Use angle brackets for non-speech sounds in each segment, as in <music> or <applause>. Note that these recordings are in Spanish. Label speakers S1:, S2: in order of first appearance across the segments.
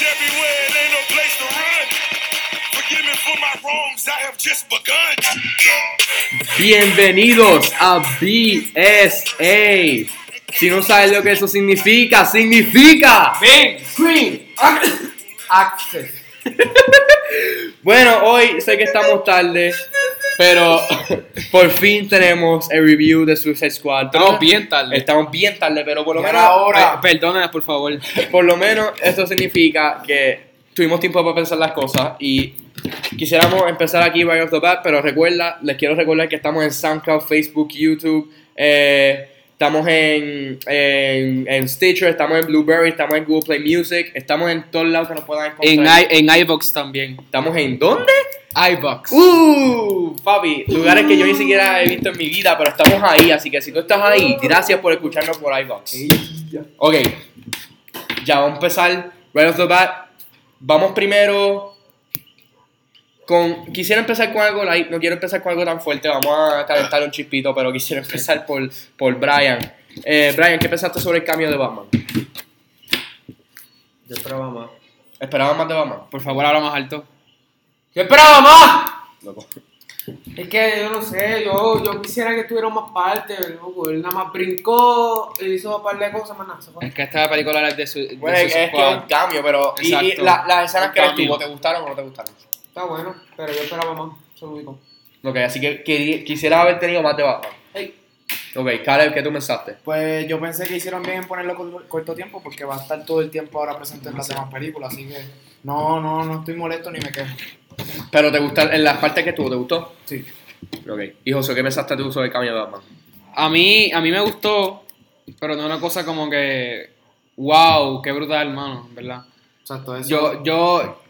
S1: everywhere and ain't no place to run. Forgive me for my wrongs, I have just begun.
S2: Bienvenidos a BSA. Si no sabes lo que eso significa, significa Screen Access. <laughs> Bueno, hoy sé que estamos tarde, pero por fin tenemos el review de Suicide Squad.
S3: Estamos bien tarde.
S2: Estamos bien tarde, pero por lo
S3: Ya
S2: menos pues,
S3: era hora. Pe- perdónenme, por favor.
S2: por lo menos esto significa que tuvimos tiempo para pensar las cosas y quisiéramos empezar aquí right off the bat, pero recuerda, les quiero recordar que estamos en SoundCloud, Facebook, YouTube, eh, estamos en, en, en Stitcher, estamos en Blueberry, estamos en Google Play Music, estamos en todos lados que nos puedan
S3: En,
S2: encontrar.
S3: i- en iBox también.
S2: ¿Estamos en dónde?
S3: iBox.
S2: ¡Uh! Papi, lugares que yo ni siquiera he visto en mi vida, pero estamos ahí, así que si tú estás ahí, gracias por escucharnos por iBox. Ok, ya vamos a empezar. Right off the bat, vamos primero con. Quisiera empezar con algo light, no quiero empezar con algo tan fuerte, vamos a calentar un chispito, pero quisiera empezar por, por Brian. Eh, Brian, ¿qué pensaste sobre el cambio de Batman?
S4: Yo esperaba más.
S2: ¿Esperabas más de Batman?
S3: Por favor, habla más alto.
S4: ¡Yo esperaba más!
S2: Loco.
S4: Es que yo no sé, yo, yo quisiera que tuviera más partes, loco. Él nada más brincó, hizo un par de cosas, más nada, se fue.
S3: Es que esta película Pues es de su. de
S2: Bueno,
S3: su
S2: Pues es, es que es
S3: squad.
S2: un cambio, pero. y- Y,
S3: Exacto.
S2: la- las escenas
S3: Un
S2: que les
S3: cambio.
S2: tuvo, ¿te gustaron o no te gustaron?
S4: Está bueno, pero yo esperaba más, se lo digo.
S2: Ok, así que, queri- quisiera haber tenido más de Batman.
S4: Ey.
S2: Ok, Caleb, ¿qué tú pensaste?
S5: Pues yo pensé que hicieron bien en ponerlo con corto tiempo porque va a estar todo el tiempo ahora presente en las demás películas, así que no, no, no estoy molesto ni me quejo.
S2: Pero te gustan, en las partes que tuvo, ¿te gustó?
S5: Sí.
S2: Ok. Y José, ¿qué pensaste tú sobre el cambio de Batman?
S3: A mí, a mí me gustó, pero no una cosa como que. ¡Wow! ¡Qué brutal, hermano! ¿Verdad?
S5: Exacto, eso.
S3: Yo, yo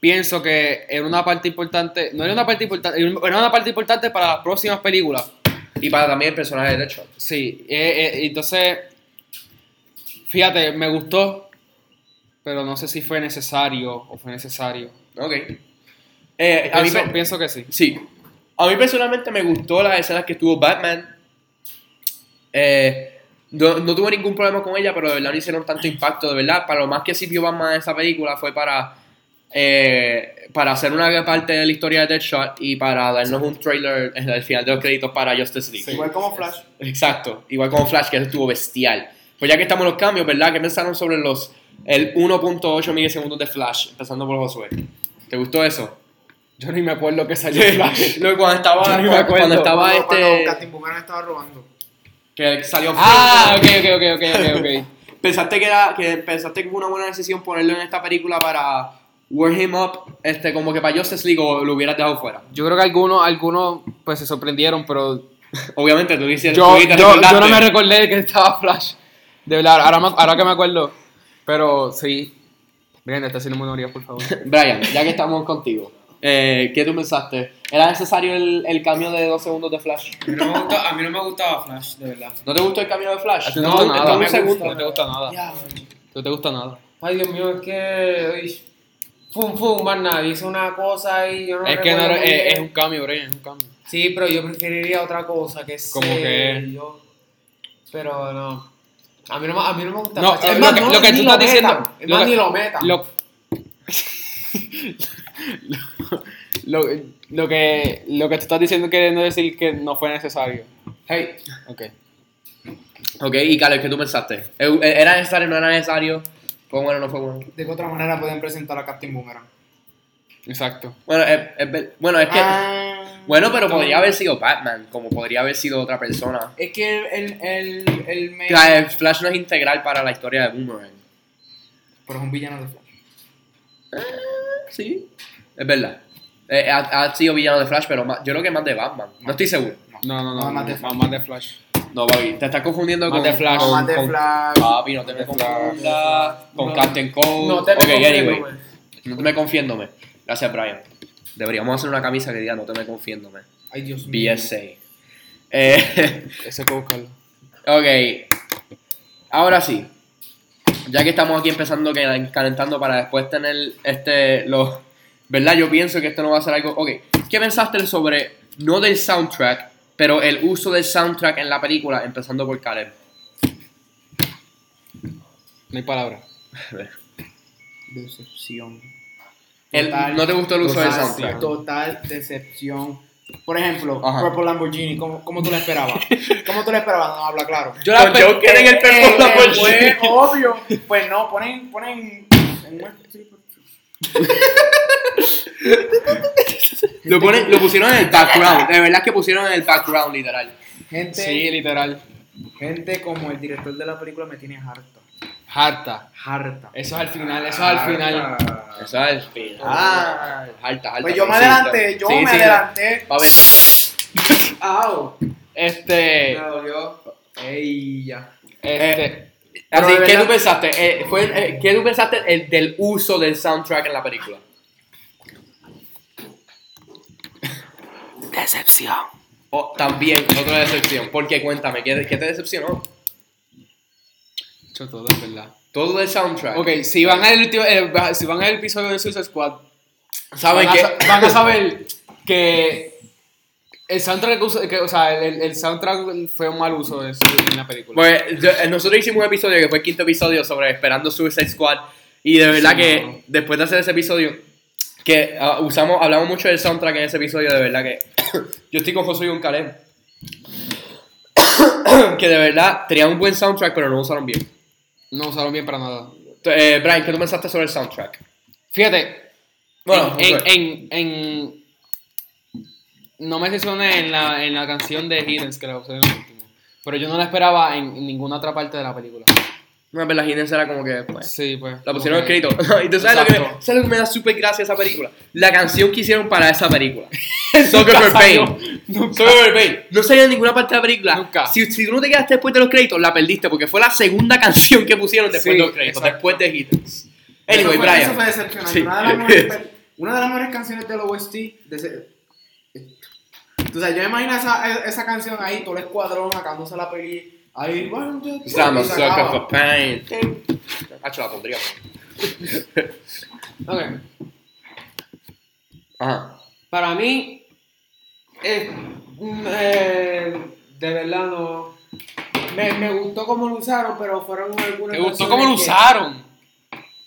S3: pienso que era una parte importante. No era una parte importante, era una parte importante para las próximas películas.
S2: Y para también el personaje de Deadshot.
S3: Sí, eh, eh, entonces, fíjate, me gustó, pero no sé si fue necesario o fue necesario.
S2: Ok. Eh, a mí,
S3: Pienso,
S2: pe-
S3: pienso que sí.
S2: sí. A mí personalmente me gustó las escenas que tuvo Batman. Eh, no, no tuve ningún problema con ella, pero de verdad no hicieron tanto impacto. De verdad, para lo más que sirvió Batman en esa película fue para, eh, para hacer una parte de la historia de Deadshot y para darnos un trailer en el final de los créditos para Justice League.
S5: Igual como Flash.
S2: Exacto, igual como Flash, que eso estuvo bestial. Pues ya que estamos en los cambios, ¿verdad? ¿Qué pensaron sobre los el 1.8 milisegundos de Flash? Empezando por Josué. ¿Te gustó eso?
S3: Yo ni me acuerdo que salió
S2: <laughs> Luego cuando estaba,
S3: Yo ni me
S2: cuando,
S3: acuerdo.
S2: estaba
S5: Cuando- Cuando
S2: este
S5: Captain Boomerang estaba robando.
S2: que salió
S3: Ah, ok, ok, ok, ok, ok, ok.
S2: ¿Pensaste que era que pensaste que fue una buena decisión ponerlo en esta película para wear him up este como que para Justice League o lo hubieras dejado fuera?
S3: <laughs> Yo creo que algunos, algunos pues se sorprendieron, pero
S2: Obviamente tú dices
S3: yo, yo, yo no me recordé que estaba Flash. De verdad, ahora, me- ahora que me acuerdo. Pero sí. Brenda, está haciendo monoría, por <laughs> favor.
S2: Brian, ya que estamos contigo, eh, ¿qué tú pensaste? ¿Era necesario el, el cambio de dos segundos de Flash?
S6: A mí no me gusta- a mí no me gustaba Flash, de verdad.
S2: ¿No te gustó el cambio de Flash?
S3: No,
S2: Estuvo-
S3: nada.
S2: estuvo un
S3: me gusta,
S2: segundo.
S3: No te gusta nada. No te gusta nada.
S4: Ay, Dios mío, es que. uy, fum, fum, más nada, hizo una cosa y yo no
S3: Es que no, eh,
S4: recuerdo muy bien.
S3: es, es un cambio, Brian, es un cambio.
S4: Sí, pero yo preferiría otra cosa que
S3: Como
S4: sé
S3: que-
S4: yo. Pero no. A mí no, me- a mí no me gusta.
S3: No,
S4: Flash.
S3: eh,
S4: Es
S3: lo
S4: más,
S3: que-
S4: no,
S3: lo que
S4: ni
S3: tú estás diciendo-
S4: metan. Es
S3: lo
S4: más,
S3: que-
S4: ni lo metan.
S3: Lo, lo, lo que, lo que tú estás diciendo queriendo decir que no fue necesario.
S4: Hey,
S3: Ok.
S2: Ok, y Caleb, ¿qué tú pensaste? ¿E- ¿Era necesario no era necesario? ¿Fue bueno no fue bueno?
S5: De qué otra manera pueden presentar a Captain Boomerang.
S3: Exacto.
S2: Bueno, es, es ver- bueno, es que...
S5: Ah,
S2: bueno, pero podría haber sido Batman, como podría haber sido otra persona.
S5: Es que el, el, el, el main-
S2: Claro, el Flash no es integral para la historia de Boomerang.
S5: Pero es un villano de Flash.
S2: Sí. Es verdad. Eh, ha, ha sido villano de Flash, pero más- yo creo que más de Batman. No estoy seguro.
S3: No, no, no.
S5: No, más de
S3: no,
S5: Flash.
S3: más de Flash.
S2: No, papi, te estás confundiendo
S3: Más
S2: con...
S3: de Flash.
S2: con-
S5: No, más de
S2: con-
S5: Flash.
S2: Papi, no te me confundas con
S4: No.
S2: Captain Cold.
S4: no te
S2: ok,
S4: me
S2: anyway.
S4: confirmes.
S2: No te me confiéndome. Gracias, Brian. Deberíamos hacer una camisa que diga no te me confiéndome.
S5: Ay, Dios mío.
S2: BSA. Eh,
S3: Eso hay que buscarlo.
S2: ok. Ahora sí. Ya que estamos aquí empezando que- calentando para después tener este. Los, ¿Verdad? Yo pienso que esto no va a ser algo. Ok. ¿Qué pensaste sobre. No del soundtrack, pero el uso del soundtrack en la película, empezando por Caleb?
S3: No hay palabra.
S5: decepción.
S2: El- ¿No te gustó el uso del
S5: total-
S2: soundtrack?
S5: Total decepción. Por ejemplo,
S2: Ajá.
S5: Purple Lamborghini, ¿cómo, cómo tú la esperabas?
S2: <laughs>
S5: ¿Cómo tú la esperabas? No habla claro.
S2: Yo la Con Joker en el
S5: Eh,
S2: Purple
S5: pues,
S2: Lamborghini.
S5: obvio. Pues no, ponen. ponen en un-
S2: Lo, ponen- lo pusieron en el background. De verdad que pusieron en el background, literal.
S5: gente,
S3: Sí, literal.
S5: gente como el director de la película me tiene harta.
S3: Harta.
S5: Harta.
S3: Eso es al final, eso es al final.
S2: Eso es el final.
S5: Ah.
S2: Alta, alta.
S5: Pues yo me
S2: Francisco.
S5: adelanté, yo
S2: Sí,
S5: me
S2: sí,
S5: adelanté.
S2: papi.
S4: Au.
S3: Este.
S4: Me dolió. Ey, ya.
S3: Este.
S2: Así,
S5: Pero de
S2: ¿qué
S5: verdad-
S2: tú pensaste? Eh, fue, eh, ¿Qué tú pensaste el- del uso del soundtrack en la película? Decepción. Oh, también, otra decepción. ¿Por qué? Cuéntame, ¿qué, qué te decepcionó?
S3: Hecho todo, es verdad.
S2: Todo el soundtrack.
S3: Ok, si van al, último, eh, va- si van al episodio de Suicide Squad,
S2: ¿Saben
S3: van,
S2: qué?
S3: a, sa- van a saber que el soundtrack, que usa- que, o sea, el- el, el soundtrack fue un mal uso de eso en la película.
S2: Pues yo- eh, nosotros hicimos un episodio que fue el quinto episodio sobre Esperando Suicide Squad. Y de verdad
S3: Sí,
S2: que
S3: no.
S2: después de hacer ese episodio, que ah, usamos, hablamos mucho del soundtrack en ese episodio, de verdad que <coughs> yo estoy con Josué y con Caleb. <coughs> que de verdad tenían un buen soundtrack, pero no lo usaron bien.
S3: no usaron bien para nada.
S2: T- Eh, Brian, ¿qué tú pensaste sobre el soundtrack?
S3: Fíjate,
S2: Bueno,
S3: en,
S2: Josué.
S3: en- en- no me decepcioné en la, en la canción de Hiddens que la usé en el último. Pero yo no la esperaba en, en ninguna otra parte de la película.
S2: no, pero la Hidden era como que. pues,
S3: Sí, pues.
S2: la pusieron
S3: como que-
S2: escrito. <laughs> y tú sabes lo, que me,
S3: Exacto.
S2: sabes lo que me da súper gracia esa película. La canción que hicieron para esa película. Soccer
S3: Nunca
S2: for
S3: salió.
S2: Pain. Soccer for Pain. No salió en ninguna parte de la película.
S3: Nunca.
S2: Si, si tú no te quedaste después de los créditos, la perdiste porque fue la segunda <laughs> canción que pusieron después
S3: Sí,
S2: de los créditos,
S3: exacto.
S2: después de Hitters. Anyway,
S5: eso fue,
S2: Brian.
S5: Eso fue decepcionante.
S2: Sí.
S5: Una,
S2: <laughs>
S5: de las mejores, una de las mejores canciones del OST. De ese- o sea, yo me imagino esa, e-, esa canción ahí, todo el escuadrón acabándose la peli. Ahí, bueno, yo- y se
S2: Estamos Soccer
S5: acaba.
S2: for Pain. Hacho, la pondría.
S4: Ok.
S2: Ajá.
S4: Para mí, eh, mm, eh, de verdad no. Me, me gustó cómo lo usaron, pero fueron algunas.
S3: Me gustó
S4: canciones
S3: cómo lo
S4: que-
S3: usaron.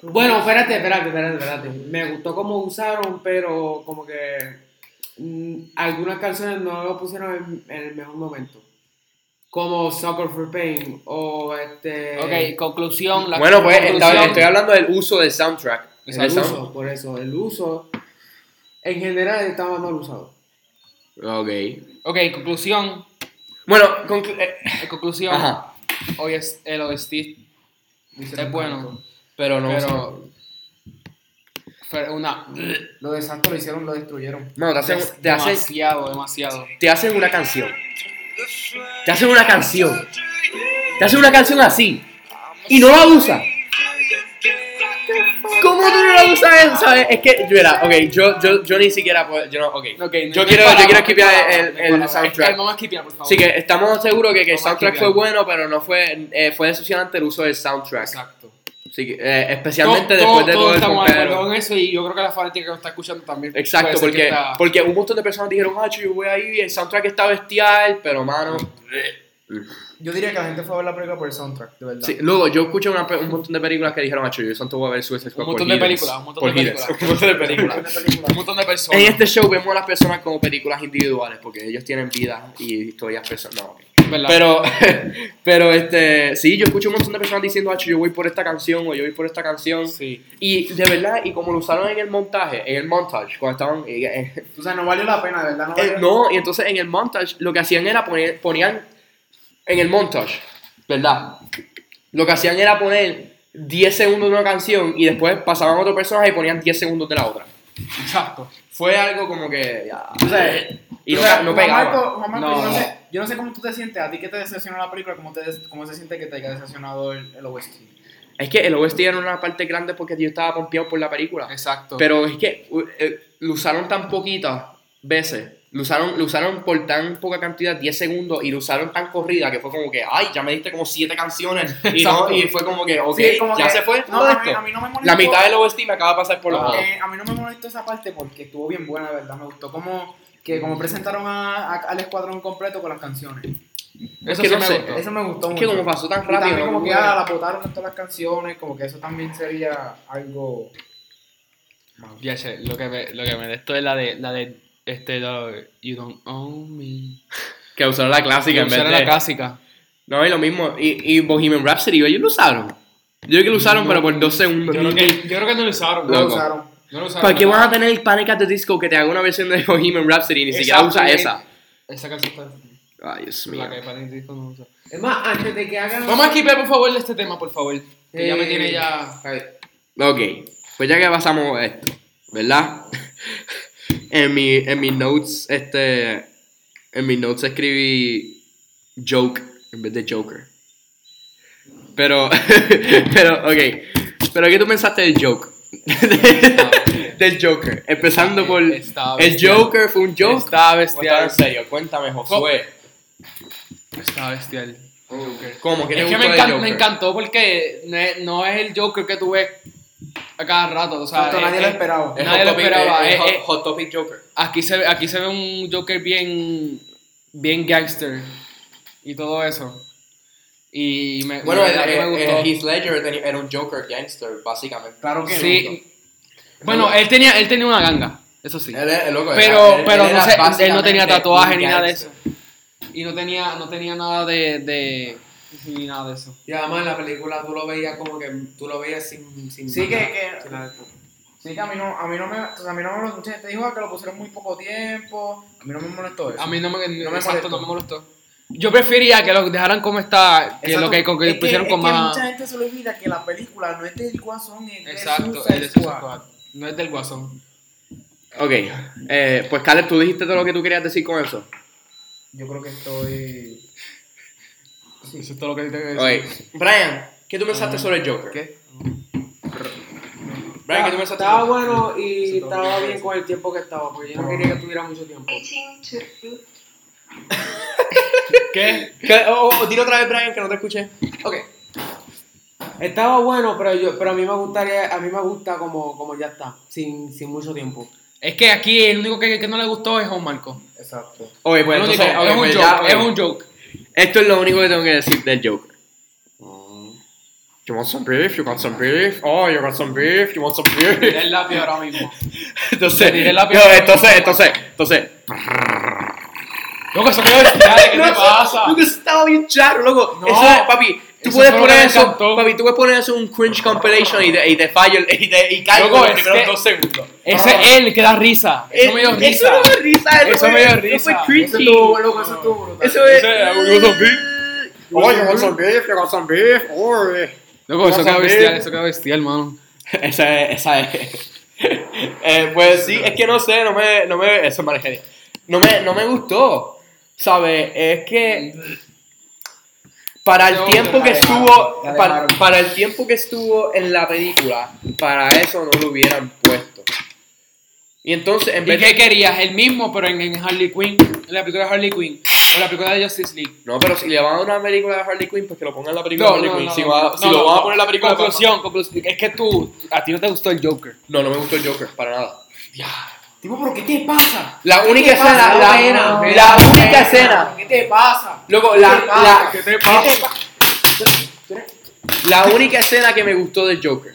S4: Bueno, espérate, espérate, espérate, espérate. Me gustó cómo usaron, pero como que mm, algunas canciones no lo pusieron en, en el mejor momento. Como Soccer for Pain o este.
S3: Ok, conclusión. la-
S2: Bueno, pues
S3: conclusión.
S2: estaba- estoy hablando del uso del soundtrack.
S4: El
S2: Del sound-
S4: uso, por eso, el uso en general estaba mal usado.
S2: Ok.
S3: Ok, conclusión.
S2: Bueno, conclu- eh,
S3: eh, conclusión.
S2: ajá.
S3: Hoy es el OST. Es bueno.
S2: Pero no.
S3: Pero. pero una.
S5: Lo de Santo lo hicieron, lo destruyeron.
S2: No, te hacen, te hacen,
S3: Demasiado, demasiado.
S2: te hacen una canción. Te hacen una canción. Te hacen una canción así. Y no la usa. ¿Cómo tú no la usas eso? ¿Sabes? Es que yo era, ok, yo, yo, yo ni siquiera puedo, yo no, ok.
S3: Ok, no-
S2: yo,
S3: no
S2: quiero,
S3: paramos,
S2: yo quiero
S3: no
S2: skipear
S3: paramos,
S2: el,
S3: no
S2: el
S3: paramos.
S2: soundtrack.
S3: Ok, eh, vamos a skipear, por favor.
S2: Así que estamos seguros que, que el
S3: Vamos a
S2: soundtrack fue
S3: skipear.
S2: bueno, pero no fue, eh, fue decepcionante el uso del soundtrack.
S3: Exacto.
S2: Así que, eh, especialmente
S3: Todo-
S2: después de todo
S3: todos
S2: el
S3: estamos de acuerdo
S2: rompero.
S3: con eso y yo creo que la fanática que nos está escuchando también.
S2: Exacto,
S3: puede ser que
S2: porque,
S3: está-
S2: porque un montón de personas dijeron, ah, yo voy ahí, el soundtrack está bestial, pero mano.
S5: Yo diría que la gente fue a ver la película por el soundtrack, de verdad.
S2: Sí, luego yo escuché una pe- un montón de películas que dijeron, ah, yo santo voy a ver Suicide Squad
S3: Un
S2: por
S3: montón de
S2: Heathens,
S3: películas, un montón
S2: por
S3: de
S2: Heathens".
S3: películas.
S2: Un montón de
S5: Una
S2: películas.
S5: película.
S3: Un montón de
S2: <laughs>
S3: personas.
S2: En este show vemos a las personas como películas individuales, porque ellos tienen vidas y historias personales. No, ok.
S3: ¿verdad?
S2: este- Pero, <laughs> pero este, sí, yo escucho un montón de personas diciendo, ah, yo voy por esta canción o yo voy por esta canción.
S3: Sí.
S2: Y de verdad, y como lo usaron en el montaje, en el montage, cuando estaban... eh, eh,
S5: O sea, no valió la pena, de verdad. No,
S2: eh,
S5: valió-
S2: no, y entonces en el montage lo que hacían era poner, ponían en el montage, ¿verdad? Lo que hacían era poner 10 segundos de una canción y después pasaban a otro personaje y ponían 10 segundos de la otra.
S3: Exacto.
S2: Fue algo como que ya.
S5: O sea,
S2: Y
S5: o
S2: no,
S5: sea,
S2: no
S5: Juan
S2: pegaba.
S5: Marco- Juan Marco,
S3: No.
S5: yo, no sé, yo no sé cómo tú te sientes, a ti que te decepcionó la película, cómo, te des- cómo se siente que te haya decepcionado el, el OST.
S2: Es que el OST era una parte grande porque yo estaba pompeado por la película.
S3: Exacto.
S2: Pero es que u- eh, lo usaron tan poquitas veces. Lo usaron, lo usaron por tan poca cantidad, 10 segundos, y lo usaron tan corrida que fue como que, ay, ya me diste como 7
S5: <laughs>
S2: canciones. Y, no,
S3: Exacto.
S2: y fue como que, ok,
S5: Sí, como
S2: ya
S5: que-
S2: se fue
S5: No,
S2: todo
S5: a
S2: esto.
S5: mí, a mí no me molestó.
S2: la mitad del OST me acaba de pasar por los ojos.
S5: Eh, a mí no me molestó esa parte porque estuvo bien buena, de verdad. Me gustó como que como presentaron a- a- al escuadrón completo con las canciones.
S2: Es
S3: Eso
S2: que
S3: sí
S2: no
S3: me
S2: sé.
S3: gustó.
S5: Eso me gustó
S2: Es
S5: mucho.
S2: que como pasó tan
S5: Y
S2: rápido.
S5: también
S2: no
S5: como que
S2: pude-
S5: ya la botaron en todas las canciones, como que eso también sería algo...
S3: Ya sé, lo que me, lo que me de esto es la de, la de, este, la de You Don't Own Me.
S2: que usaron la clásica en
S3: Esa
S2: vez
S3: era
S2: de.
S3: la clásica.
S2: No, y lo mismo. Y, y Bohemian Rhapsody, ellos lo usaron. Yo creo que lo usaron, pero por dos
S3: Yo
S2: segundos.
S3: creo que, yo creo que no lo usaron.
S5: Lo
S3: loco.
S5: usaron.
S3: No lo usaron.
S2: ¿Para qué
S3: no.
S2: vas a tener el Panic at the Disco que te haga una versión de Bohemian Rhapsody y ni siquiera usa esa?
S3: Exactamente. Esa canción está...
S2: Ay, Dios mío.
S3: La que para el disco no usa.
S4: Es más, antes de que hagan.
S3: Vamos a esquivar, por favor, de este tema, por favor. Que ya me
S4: Eh,
S3: tiene ya...
S2: Ok, pues ya que pasamos esto, ¿verdad? <laughs> en, mi, en mis notes, este. En mis notes escribí joke en vez de Joker. Pero, <laughs> pero, ok. Pero ¿qué tú pensaste del joke? <laughs> del Joker. Empezando por.
S3: Está
S2: El
S3: bestial.
S2: Joker fue un joke.
S3: Está bestial.
S2: serio, cuéntame,
S3: Está bestial. Joker.
S2: ¿Cómo? ¿Qué te
S3: Es que
S2: gustó
S3: me,
S2: del
S3: encan- me
S2: Joker?
S3: encantó porque no es, no es el Joker que tú ves a cada rato. O sea,
S5: Tanto
S3: es-
S5: nadie lo
S3: es-
S5: esperaba.
S2: Es
S3: Nadie
S2: hot
S3: lo
S2: topic,
S3: esperaba,
S2: es- es
S3: eh,
S2: hot-
S3: eh.
S2: hot topic Joker.
S3: Aquí se, ve- aquí se ve un Joker bien, bien gangster y todo eso. Y me,
S2: Bueno, eh,
S3: me-
S2: el,
S3: a mí me
S2: el-
S3: gustó.
S2: el Heath Ledger teni- era un Joker gangster, básicamente.
S5: Claro que no.
S3: sí. Bueno, él tenía, él tenía una ganga, eso sí.
S2: Él es- el loco era-
S3: Pero,
S2: él-
S3: pero
S2: él
S3: no
S2: era
S3: sé, él no tenía
S2: básicamente
S3: tatuaje
S2: un
S3: ni nada de
S2: gangster.
S3: eso. Y no tenía, no tenía nada de, de ni nada de eso.
S4: Y además en la película tú lo veías como que tú lo veías sin. sin
S5: Sí, que-
S4: nada,
S5: que-
S4: sin nada de esto.
S5: Sí, que a mí no, a mí no me, o sea, a mí no me lo escuché. Te dijo ah, que lo pusieron muy poco tiempo. A mí no me molestó eso.
S3: A mí no me,
S5: No me molestó.
S3: exacto, no me molestó. Yo prefería que lo dejaran como está, que
S5: Exacto.
S3: lo que, con que
S5: Es
S3: pusieron
S5: es
S3: con
S5: que
S3: más.
S5: mucha gente se le olvida que la película no es de Guasón, es de
S3: Exacto,
S5: Suicide
S3: es de Suicide
S5: Squad.
S3: Squad. No es del guasón.
S2: Ok, eh, pues Caleb, tú dijiste todo lo que tú querías decir con eso.
S5: Yo creo que estoy...
S3: Eso es todo lo que tengo que decir.
S2: Ok, Brian, ¿qué tú pensaste sobre el Joker?
S5: ¿Qué?
S2: Brian, ¿qué tú pensaste
S3: Ah,
S4: Estaba
S2: sobre
S4: bueno y estaba bien con el tiempo que estaba, porque yo no quería que tuviera mucho tiempo.
S3: ¿Qué?
S2: ¿Qué? Oh, oh, dilo otra vez, Brian, que no te escuché.
S4: Ok. Estaba bueno, pero yo, pero a mí me gustaría, a mí me gusta como, como ya está, sin, sin mucho tiempo.
S3: Es que aquí el único que, que no le gustó es a Marco.
S5: Exacto.
S2: Ok, pues
S3: El único,
S2: entonces, ok,
S3: es, un
S2: pues
S3: joke,
S2: ya, ok.
S3: es un joke.
S2: Esto es lo único que tengo que decir del Joker. You want some beef? You want some beef? Oh, you want some beef? You want some beef?
S3: Tiré el lápiz ahora mismo.
S2: Entonces,
S3: tiré la
S2: no,
S3: piedra.
S2: entonces, entonces, entonces,
S3: Loco, eso quedó bestial, ¿qué
S2: No,
S3: te
S2: eso-
S3: pasa?
S2: Loco, eso estaba bien charro, loco.
S3: No.
S2: Eso es, papi, tú
S3: Eso
S2: puedes
S3: fue lo
S2: poner
S3: que me
S2: eso,
S3: encantó.
S2: papi, tú puedes poner eso en un cringe compilation y te, y te fallo, el- y, te, y caigo
S3: Loco,
S2: en los
S3: es
S2: primeros
S3: que-
S2: dos segundos.
S3: Ese es él que da risa. Eso me dio
S2: Ah. Eh,
S3: risa.
S2: Eso no me risa,
S3: Eso
S2: fue-
S3: me dio
S2: Eso fue
S3: risa.
S5: Eso
S2: cringy.
S5: estuvo, loco, eso estuvo brutal.
S2: Eso es...
S3: Ese, ah, you want some beef?
S2: Oh, you want some beef, you want some beef, oh, eh.
S3: Loco, eso
S2: Vamos a
S3: quedó
S2: ver.
S3: bestial, eso quedó bestial, mano.
S2: <laughs> Esa es. Esa es. <laughs> Eh, pues sí, es que no sé, no me. No me eso es mala ingeniería. No me, no me gustó. ¿Sabes? Es que. Para el
S3: No,
S2: tiempo
S5: la
S2: que
S5: dejaron,
S2: estuvo.
S5: la
S2: Para,
S5: dejaron.
S2: para el tiempo que estuvo en la película, para eso no lo hubieran puesto. Y entonces, en
S3: ¿Y
S2: vez
S3: qué
S2: de.
S3: querías? El mismo, pero en, en Harley Quinn. En la película de Harley Quinn. O en la película de Justice League.
S2: No, pero si le van a dar una película de Harley Quinn, pues que lo pongan en la película
S3: No,
S2: de Harley
S3: no,
S2: Quinn.
S3: no,
S2: si
S3: no,
S2: va-
S3: no,
S2: si lo
S3: no,
S2: van a
S3: no.
S2: poner en la película de Batman-
S3: Conclusión, conclusión. Es que tú, a ti no te gustó el Joker.
S2: No, no me gustó el Joker, para nada.
S5: Tipo, ¿pero qué te pasa?
S2: La única
S5: ¿Qué te pasa?
S2: escena. La,
S5: Pena, pena,
S2: la
S5: pena.
S2: única escena.
S5: ¿Qué te pasa?
S2: Luego, la,
S5: te
S2: la,
S5: pasa?
S2: te la única escena que me gustó del Joker.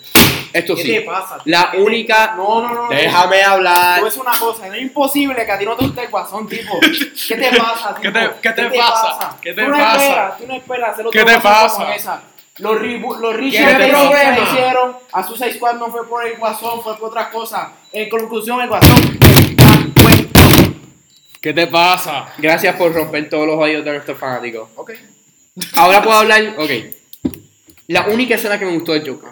S2: Esto
S5: ¿Qué
S2: sí.
S5: te pasa?
S2: La
S5: ¿Qué te-
S2: única-
S5: No, no, no. no.
S2: Déjame hablar.
S5: Tú es una cosa, es imposible que a ti no te guste el guasón, tipo. ¿Qué te pasa, tipo?
S3: <laughs> ¿Qué te- qué te pasa? ¿Qué te
S5: tú no
S3: pasa?
S5: Esperas, tú no esperas hacer otro
S3: ¿Qué te
S5: guasón
S3: pasa?
S5: como esa. Los, reboot- los
S3: ¿Qué
S5: Richard
S3: te
S5: Dreyfuss
S4: pasa?
S5: que hicieron a sus seis Squad no fue por el guasón, fue por otras cosas. En conclusión, el guasón.
S3: ¿Qué te pasa?
S2: Gracias por romper todos los oídos de nuestros fanáticos.
S5: Ok.
S2: Ahora puedo hablar. Ok. La única escena que me gustó del Joker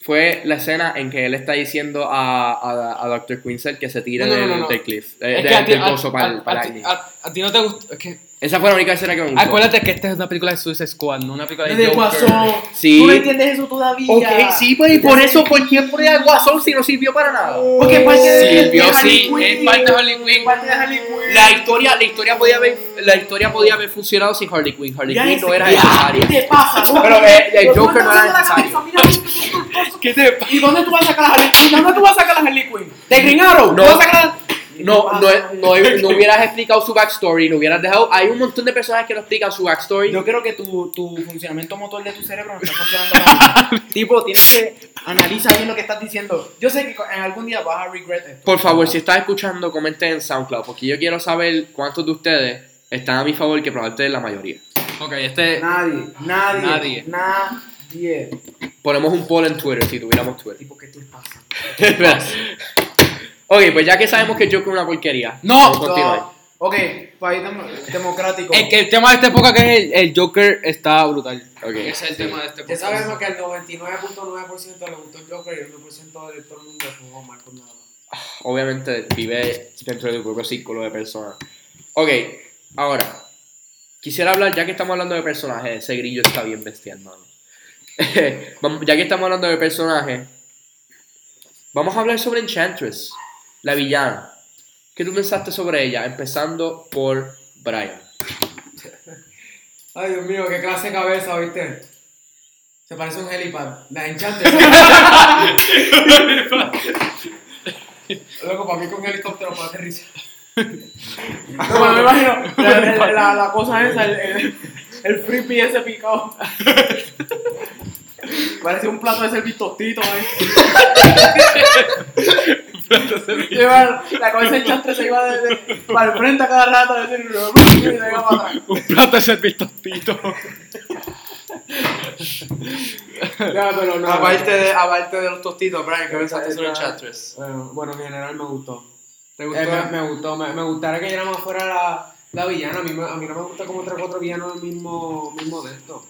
S2: fue la escena en que él está diciendo a, a, a Dr. Quinzel que se tire
S3: No, no,
S2: del,
S3: no, no.
S2: del cliff. eh,
S3: Es
S2: de-
S3: que a ti-
S2: del
S3: a-
S2: pozo para el-
S3: a-
S2: para
S3: a
S2: el-
S3: ti- a- a ti no te gustó. Es que.
S2: Esa fue la única escena que me gustó.
S3: Acuérdate que esta es una película de Suicide Squad, no una película de
S5: Desde el
S3: Joker.
S5: guasón.
S2: Sí.
S5: Tú no entiendes eso todavía.
S2: Ok, sí, pues, y por eso, ¿por qué poner al Guasón si no sirvió para nada?
S5: Porque parte de
S3: Sirvió,
S5: de Harley
S3: sí,
S5: Quinn.
S3: es parte de Harley Quinn.
S5: Parte de Harley Quinn.
S2: La historia, la historia podía haber, la historia podía haber funcionado sin Harley Quinn. Harley
S5: Ya
S2: Quinn
S5: ese-
S2: no era
S5: ya,
S2: necesaria.
S5: ¿Qué te pasa? loco?
S2: Pero, eh, el
S5: Los
S2: Joker no era
S5: manos de la cabeza,
S2: necesario.
S5: mira, loco, tú- tú- tú-
S2: ¿Qué te
S5: ¿Y dónde tú vas a sacar las Harley Quinn? ¿Dónde tú vas a sacar las Harley Quinn? ¿De Green Arrow?
S2: No.
S5: ¿Tú vas a sacar las-
S2: no, no, no, no hubieras explicado su backstory, no hubieras dejado. Hay un montón de personajes que no explican su backstory.
S7: Yo creo que tu, tu funcionamiento motor de tu cerebro no está funcionando
S2: <laughs>
S7: bien. tipo, tienes que analiza bien lo que estás diciendo. Yo sé que co- en algún día vas a regret esto.
S2: Por favor, si estás escuchando, comenten en SoundCloud, porque yo quiero saber cuántos de ustedes están a mi favor, que probablemente es la mayoría.
S3: Ok, este.
S5: Nadie, nadie, nadie.
S3: Nadie.
S5: Nadie.
S2: Ponemos un poll en Twitter si tuviéramos Twitter.
S5: Tipo, ¿qué te pasa?
S2: Espera. <laughs> ok, pues ya que sabemos que Joker es una porquería.
S3: No.
S2: vamos a continuar.
S5: No. Ok, país dem- democrático.
S2: Ah,
S3: El, que el tema de esta época que es el, el Joker está brutal.
S2: Ok.
S3: Ese es el
S2: Sí.
S3: tema de este
S4: Ya
S3: podcast.
S4: sabemos que al 99.9% le gustó el Joker y el 1% de todo el mundo jugó mal con nada más.
S2: Obviamente vive dentro de tu propio círculo de personas. Ok, ahora. Quisiera hablar, ya que estamos hablando de personajes, ese grillo está bien bestial, mano. <laughs> Vamos- ya que estamos hablando de personajes, vamos a hablar sobre Enchantress, la villana. ¿Qué tú pensaste sobre ella? Empezando por Brian.
S4: Ay, Dios mío, qué clase de cabeza, ¿viste? Se parece a un helipad. La enchante. Loco, para mí con helicóptero para aterrizar.
S5: No, me imagino. La, la- la- la cosa esa, el, el, el frisbee ese picado. Parece un plato de servir tostito, ¿eh? Lleva- la cabeza del chantre se iba de, de- para el frente a cada rato. De decir, y se iba para atrás.
S7: Un plato de servir tostito.
S4: Ya, pero no.
S5: Aparte de, aparte de los tostitos, Brian, ¿qué pensaste sobre el
S4: Bueno, bueno, en general me gustó.
S5: ¿Te
S4: Eh, me, me gustó, me, me gustaría que ella nada más fuera la, la villana. A mí, me- a mí no me gusta como tres o cuatro villanos del mismo, mismo de esto.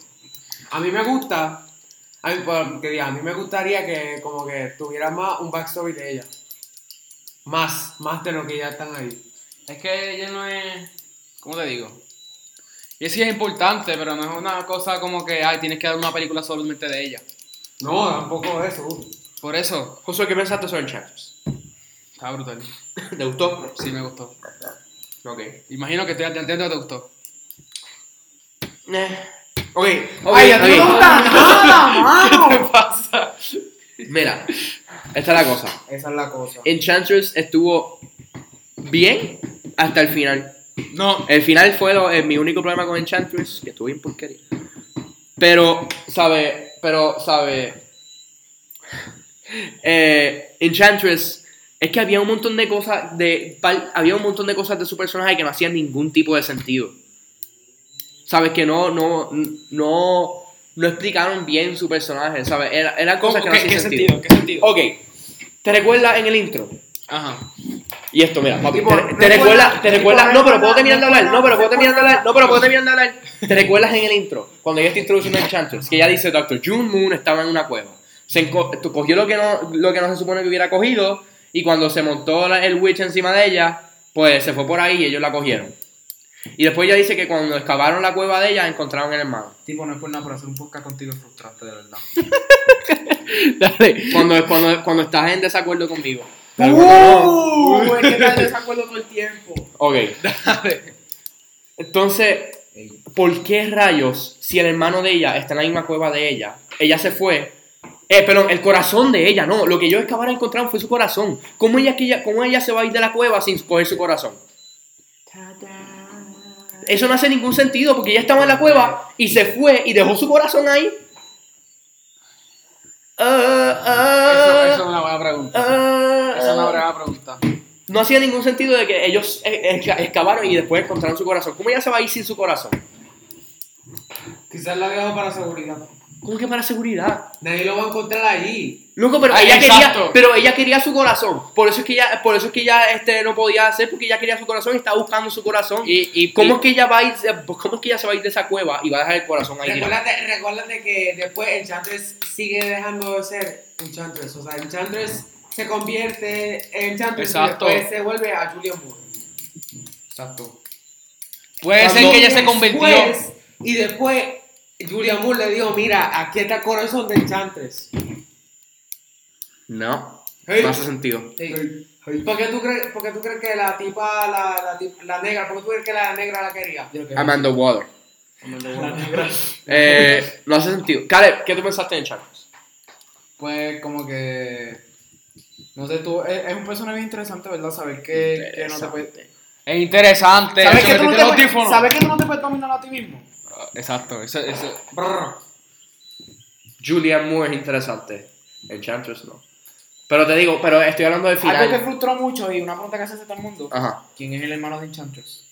S4: A mí me gusta, a mí, pues, que diga, a mí me gustaría que como que tuviera más un backstory de ella. Más, más de lo que ya están ahí.
S3: Es que ella no es. ¿Cómo te digo? Y sí es importante, pero no es una cosa como que ay, tienes que dar una película solamente de ella.
S4: No, tampoco eso. uh.
S3: Por eso,
S2: Josué, ¿qué pensaste sobre Enchantress?
S3: está brutal.
S2: <laughs> ¿Te gustó?
S3: Sí, me gustó.
S2: Ok.
S3: Imagino que te, te entiendo que te gustó.
S2: Ok.
S5: Eh. Ay,
S4: <laughs>
S5: a ti no te Ah, gusta nada, mano.
S2: Mira, esta es la cosa.
S4: Esa es la cosa.
S2: Enchantress estuvo bien hasta el final.
S3: No.
S2: El final fue lo- eh, mi único problema con Enchantress, que estuve en porquería. Pero, sabe, pero, sabe. Eh, Enchantress, es que había un montón de cosas de. pal- había un montón de cosas de su personaje que no hacían ningún tipo de sentido. Sabes que no, no, no, no explicaron bien su personaje, ¿sabes? Era, eran cosas que no
S7: ¿Qué,
S2: hacían
S7: qué
S2: sentido.
S7: sentido? ¿Qué sentido?
S2: Ok, ¿te recuerdas en el intro?
S3: Ajá.
S2: Y esto, mira, papi,
S5: Tipo,
S2: te, te recuerda,
S5: recuerda-
S2: te recuerda, no, pero puedo
S5: recuerda-
S2: terminar de hablar, no, pero puedo
S5: recuerda-
S2: terminar de hablar, no, pero puedo terminar de hablar. Te recuerdas en el intro, cuando ella está introduciendo el Chantress, que ella dice, Doctor June Moon estaba en una cueva. Se enco- tú cogió lo que, no, lo que no se supone que hubiera cogido, y cuando se montó la- el witch encima de ella, pues se fue por ahí y ellos la cogieron. Y después ella dice que cuando excavaron la cueva de ella, encontraron el hermano.
S7: Tipo, no es por nada, pero hacer un podcast contigo es frustrante, de verdad.
S3: Dale.
S2: Cuando, cuando, cuando estás en desacuerdo conmigo.
S5: Uh, es que tal desacuerdo todo el tiempo.
S2: Ok. Entonces, ¿por qué rayos, si el hermano de ella está en la misma cueva de ella, ella se fue? Eh, perdón, el corazón de ella, no. Lo que yo excavara encontraron fue su corazón. ¿Cómo ella, que ella- ¿Cómo ella se va a ir de la cueva sin coger su corazón? Eso no hace ningún sentido porque ella estaba en la cueva y se fue y dejó su corazón ahí. Ah,
S3: Eso,
S2: ah,
S3: eso es una buena pregunta.
S2: ah.
S3: Esa es una buena pregunta.
S2: No hacía ningún sentido de que ellos eh, esca- excavaron y después encontraron su corazón. ¿Cómo ella se va a ir sin su corazón?
S4: Quizás la dejo para seguridad.
S2: ¿Cómo que para seguridad?
S4: Nadie lo va a encontrar allí.
S2: Loco, pero
S3: Ay,
S2: ella
S3: exacto.
S2: quería, pero ella quería su corazón. Por eso es que ella, por eso es que ella este, no podía hacer porque ella quería su corazón y está buscando su corazón.
S3: Y, y
S2: ¿Cómo es que ella va a ir, cómo es que ella se va a ir de esa cueva y va a dejar el corazón ahí? tirado?
S4: Recuérdate, recuérdate que después Enchantress sigue dejando de ser Enchantress. O sea, Enchantress se convierte en Enchantress
S3: Exacto.
S4: y después se vuelve a Julian Moore.
S5: Exacto.
S3: Puede ser
S2: Cuando-
S3: que ella se convirtió.
S4: Después- y después Julian Moore le dijo, mira, aquí está el corazón de Enchantress.
S2: No,
S4: Hey.
S2: no hace sentido.
S4: ¿Por qué tú crees, por qué tú crees que la tipa, la, la, tip- la negra, por qué tú crees que la negra la quería?
S2: Amanda Water. Eh, no hace sentido. Caleb, ¿qué tú pensaste en Charles?
S7: Pues como que
S5: No sé, tú, eh, es, es un personaje bien interesante, ¿verdad? Saber que, que no te puedes...
S3: Es interesante.
S5: ¿Sabes
S3: se
S5: que, tú no
S3: metió
S5: te
S3: el
S5: puedes-
S3: audífono.
S5: ¿Sabes que tú no te puedes dominar a ti mismo?
S3: Exacto, eso, eso.
S2: Julian Moore es interesante. Enchantress no. Pero te digo, pero estoy hablando del
S7: Algo que
S2: final.
S7: frustró mucho y una pregunta que se
S5: este
S7: hace todo el mundo.
S2: Ajá.
S7: ¿Quién es el hermano de Enchantress?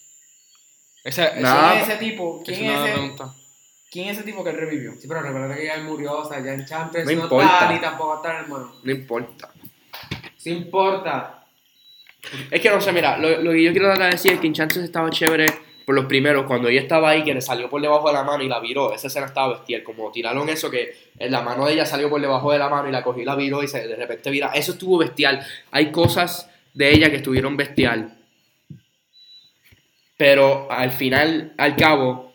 S3: Esa, esa-
S2: Nah. Ah,
S7: ¿Quién es ese tipo?
S3: es
S7: ¿Quién
S3: una
S7: es ese,
S3: pregunta.
S7: ¿Quién es ese tipo que él revivió?
S4: Sí, pero recuerda que ya él murió, o sea, ya en Champions
S2: No
S4: no,
S2: importa.
S4: está, ni tampoco está, hermano.
S2: No importa.
S4: Sí importa.
S2: Es que no sé, mira, lo, lo que yo quiero tratar de decir es que Enchantress estaba chévere por los primeros, cuando ella estaba ahí, que le salió por debajo de la mano y la viró. Esa escena estaba bestial, como tiraron eso que en la mano de ella salió por debajo de la mano y la cogió y la viró y se, de repente vira. Eso estuvo bestial. Hay cosas de ella que estuvieron bestial. Pero al final, al cabo,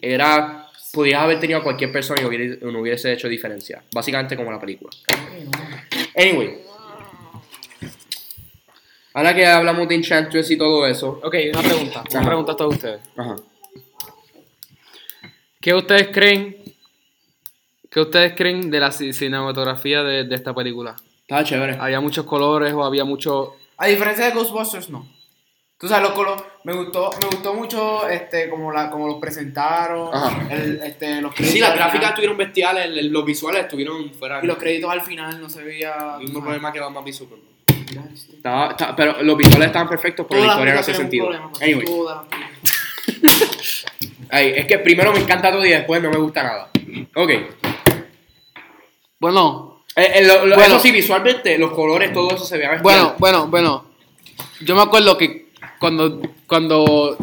S2: era. Pudieras haber tenido a cualquier persona y hubiera- no hubiese hecho diferencia. Básicamente como la película. Anyway. Ahora que hablamos de Enchantress y todo eso.
S3: Ok, una pregunta. Una pregunta a todos ustedes.
S2: Ajá.
S3: ¿Qué ustedes creen? ¿Qué ustedes creen de la ci- cinematografía de, de esta película?
S2: Estaba chévere.
S3: ¿Había muchos colores o había mucho...?
S5: A diferencia de Ghostbusters, no. Tú sabes, los colo- me gustó, me gustó mucho este, como, la, como los presentaron,
S2: Ajá.
S5: el, este, los
S2: Sí, las
S5: al
S2: gráficas
S5: final.
S2: estuvieron bestiales, el- los visuales estuvieron fuera.
S5: Y los créditos al final no se veía...
S2: mismo
S5: ajá.
S2: problema que Batman v Superman.
S5: Mira, este.
S2: Estaba- estaba- pero los visuales estaban perfectos, pero la
S5: Toda
S2: historia no hace
S5: película tiene
S2: sentido.
S5: un
S2: Anyway,
S5: problema, toda la película.
S2: ay, es que primero me encanta todo y después no me gusta nada. Ok.
S3: Bueno,
S2: Eh, eh, lo- lo-
S3: Bueno.
S2: eso sí, visualmente, los colores, todo eso se veía bestial.
S3: bueno, bueno, bueno. Yo me acuerdo que cuando, cuando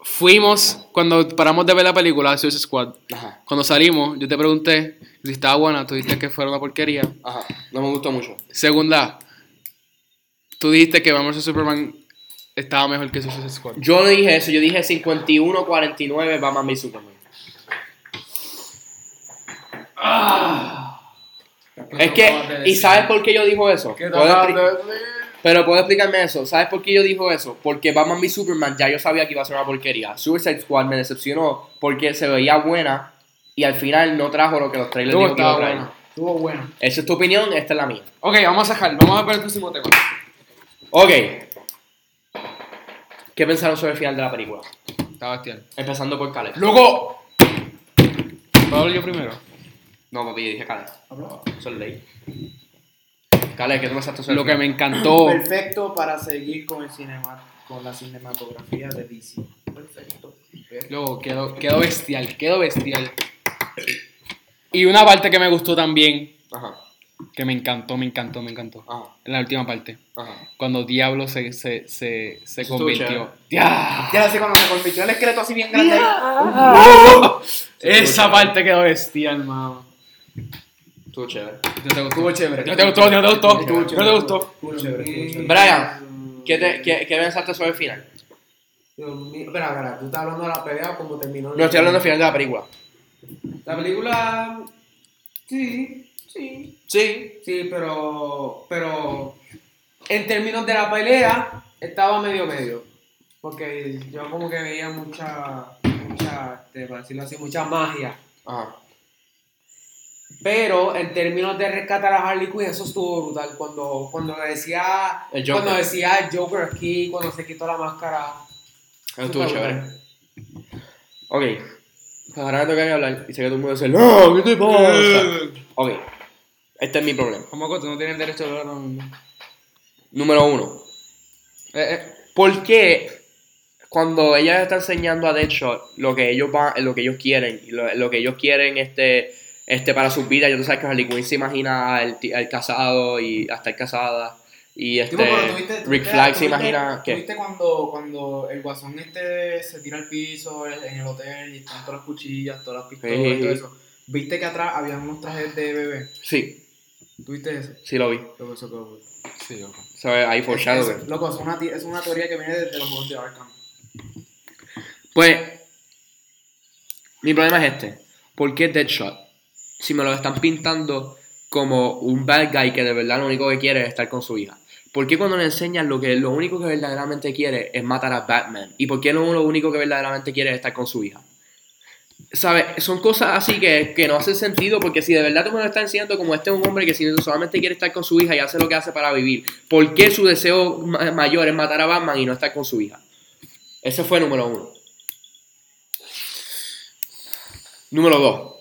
S3: fuimos, cuando paramos de ver la película Suicide Squad,
S2: Ajá,
S3: cuando salimos, yo te pregunté si estaba buena, tú dijiste que fuera una porquería.
S2: ajá. No me gustó mucho.
S3: Segunda, tú dijiste que Batman vs Superman estaba mejor que Suicide Squad.
S2: Yo no dije eso, yo dije 51-49 Batman v Superman. Es que, ¿y sabes por qué yo dijo eso? ¿Puedo expli- Pero puedo explicarme eso. ¿Sabes por qué yo dijo eso? Porque Batman v Superman ya yo sabía que iba a ser una porquería. Suicide Squad me decepcionó porque se veía buena y al final no trajo lo que los trailers
S3: Tú
S2: dijo que iba a
S3: estaba
S2: traer.
S3: buena.
S5: Estuvo bueno.
S2: Esa es tu opinión, esta es la mía.
S3: Ok, vamos a sacar, vamos a ver el próximo tema.
S2: Ok. ¿Qué pensaron sobre el final de la película?
S3: Está bestial.
S2: Empezando por Caleb.
S3: ¡Luego! ¿Puedo hablar yo primero?
S2: No, papi, yo dije Caleb. Eso es ley. Caleb, ¿qué tú pensaste sobre
S3: Lo
S2: el
S3: que
S2: final?
S3: me
S2: Oh.
S3: encantó.
S5: Perfecto para seguir con el cinema, con la cinematografía de DC. Perfecto.
S3: Luego, quedó, quedó bestial, quedó bestial. Y una parte que me gustó también,
S2: Ajá,
S3: que me encantó, me encantó, me encantó.
S2: ajá,
S3: En la última parte,
S2: ajá.
S3: cuando Diablo se, se, se, se
S2: Estuvo
S3: convirtió.
S2: chévere.
S3: ¡Ya!
S5: Ya lo sé, cuando se convirtió el esqueleto así bien grande. ahí.
S3: Esa parte quedó bestial, mano.
S2: Estuvo chévere.
S3: No te gustó.
S5: Estuvo chévere.
S3: No te gustó, no te gustó.
S5: Estuvo
S3: No te
S5: chévere.
S3: gustó.
S5: Estuvo chévere, estuvo chévere.
S2: Brian, ¿qué, te- qué- qué pensaste sobre el final?
S4: Dios mío. Espera, espera, tú estás hablando de la pelea o cómo terminó.
S2: No estoy hablando del final de la película.
S4: La película. Sí, sí.
S2: Sí.
S4: Sí, pero. Pero. En términos de la pelea, estaba medio medio. Porque yo como que veía mucha. Mucha. Este, para decirlo así, mucha magia.
S2: Ajá.
S4: Pero en términos de rescatar a Harley Quinn, eso estuvo brutal. Cuando, cuando decía.
S2: El Joker.
S4: Cuando decía Joker aquí, cuando se quitó la máscara.
S2: Eso estuvo
S4: Eso está
S2: chévere.
S4: brutal.
S2: Ok. Pues ahora me toca a mí hablar y sé que todo el mundo dice, no, ¿qué te
S3: <laughs>
S2: pasa? Ok. Este es mi problema.
S3: Como tú no tienes derecho a hablar ahora mismo.
S2: Número uno.
S3: Eh,
S2: ¿Por qué cuando ella está enseñando a Deadshot lo que ellos van, lo que ellos quieren, y lo, lo que ellos quieren este, este para sus vidas? Yo tú sabes que Harley Quinn se imagina al, ti- al casado y hasta el casada. Y este
S5: Tipo, pero tú viste- tú
S2: Rick
S5: viste-
S2: Flag
S5: tú
S2: se
S5: viste-
S2: imagina
S5: tú
S2: que.
S5: viste cuando, cuando el guasón este se tira al piso en el hotel y están todas las cuchillas, todas las pistolas
S2: Sí.
S5: y todo eso? ¿Viste que atrás había unos trajes de bebé?
S2: Sí,
S5: ¿Tuviste eso?
S2: sí lo vi.
S5: Loco, eso que-
S3: Sí, ok.
S2: So, ahí
S5: Es,
S2: foreshadowing.
S5: es, loco, es una, ti- es una teoría que viene desde los juegos de Arkham.
S2: Pues, mi problema es este. ¿Por qué Deadshot? Si me lo están pintando como un bad guy que de verdad lo único que quiere es estar con su hija. ¿Por qué cuando le enseñan lo que lo único que verdaderamente quiere es matar a Batman? ¿Y por qué no lo único que verdaderamente quiere es estar con su hija? ¿Sabes? Son cosas así que, que no hacen sentido porque si de verdad tú me lo estás enseñando como este es un hombre que si solamente quiere estar con su hija y hace lo que hace para vivir, ¿por qué su deseo ma- mayor es matar a Batman y no estar con su hija? Ese fue número uno. Número dos.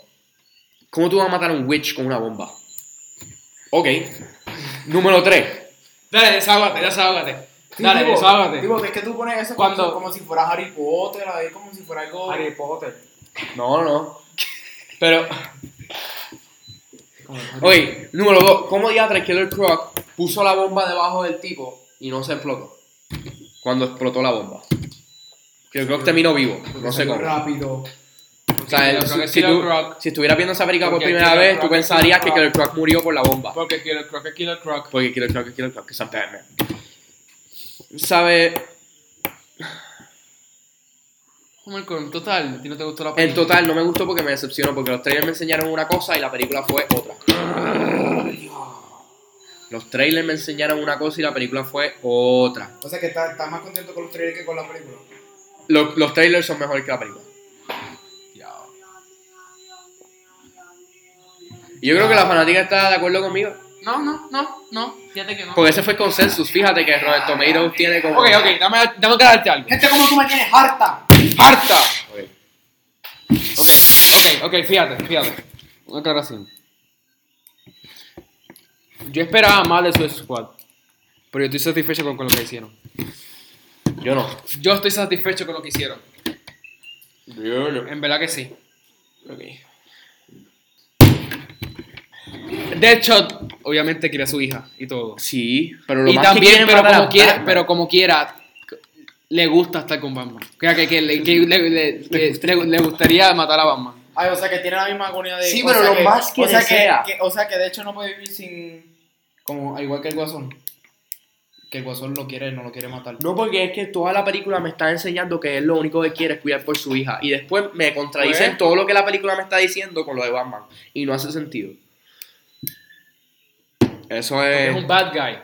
S2: ¿Cómo tú vas a matar a un witch con una bomba? Ok. Número tres.
S3: Dale, deságuate, deságuate. Dale,
S7: tipo,
S3: deságuate.
S7: Tipo, que es que tú pones eso
S3: Cuando-
S7: como, como si fuera Harry Potter, ahí como si fuera algo.
S5: Harry Potter.
S2: No, no. Pero. Ok, número dos. ¿Cómo diatra Killer Croc puso la bomba debajo del tipo y no se explotó? Cuando explotó la bomba. Killer Croc terminó vivo. No sé cómo.
S7: Rápido.
S2: O sea,
S3: Killer
S2: si-
S3: Croc es
S2: si,
S3: Killer
S2: tú-
S3: Croc.
S2: si estuvieras viendo esa película por
S3: Porque
S2: primera
S3: Killer
S2: vez,
S3: Croc
S2: tú
S3: es Killer
S2: pensarías que
S3: Croc.
S2: Killer Croc murió por la bomba.
S3: Porque Killer Croc es Killer Croc.
S2: Porque Killer Croc es Killer Croc, que es Batman. ¿Sabes?
S3: Oh my God, en total, a ti no te gustó la
S2: En
S3: película.
S2: total, no me gustó porque me decepcionó, porque los trailers me enseñaron una cosa y la película fue otra. Los trailers me enseñaron una cosa y la película fue otra.
S7: O sea, que estás está más contento con los trailers que con la película.
S2: Los, los trailers son mejores que la película. Y yo creo que la fanática está de acuerdo conmigo.
S3: No, no, no, no. Fíjate que no.
S2: Porque ese fue el consensus. Fíjate que Robert Tomatoes tiene como...
S3: Ok, ok, dame, dame que darte algo.
S7: Gente como tú me tienes harta.
S3: ¡Harta!
S2: Ok.
S3: Ok, ok, fíjate, fíjate. Una aclaración. Yo esperaba más de Suicide Squad. Pero yo estoy satisfecho con, con lo que hicieron.
S2: Yo no.
S3: Yo estoy satisfecho con lo que hicieron.
S2: Yo no.
S3: En verdad que sí. Deadshot, obviamente, quiere a su hija y todo.
S2: Sí, pero lo
S3: Y
S2: más que
S3: también,
S2: quieren
S3: pero
S2: matar a
S3: como, quiera,
S2: Batman.
S3: pero como quiera, le gusta estar con Batman. O sea, que, que le, que le- le- le- le- le gustaría matar a Batman.
S7: Ay, o sea, que tiene la misma agonía de.
S2: Sí,
S7: o
S2: pero
S7: sea
S2: lo más que
S7: o sea
S2: desea.
S7: Que, o sea, que de hecho no puede vivir sin. Como, al igual que el guasón. Que el guasón lo quiere, no lo quiere matar.
S2: No, porque es que toda la película me está enseñando que él lo único que quiere es cuidar por su hija. Y después me contradicen
S7: Pues-
S2: todo lo que la película me está diciendo con lo de Batman. Y no hace sentido. Eso
S3: Es
S2: es.
S3: un bad guy.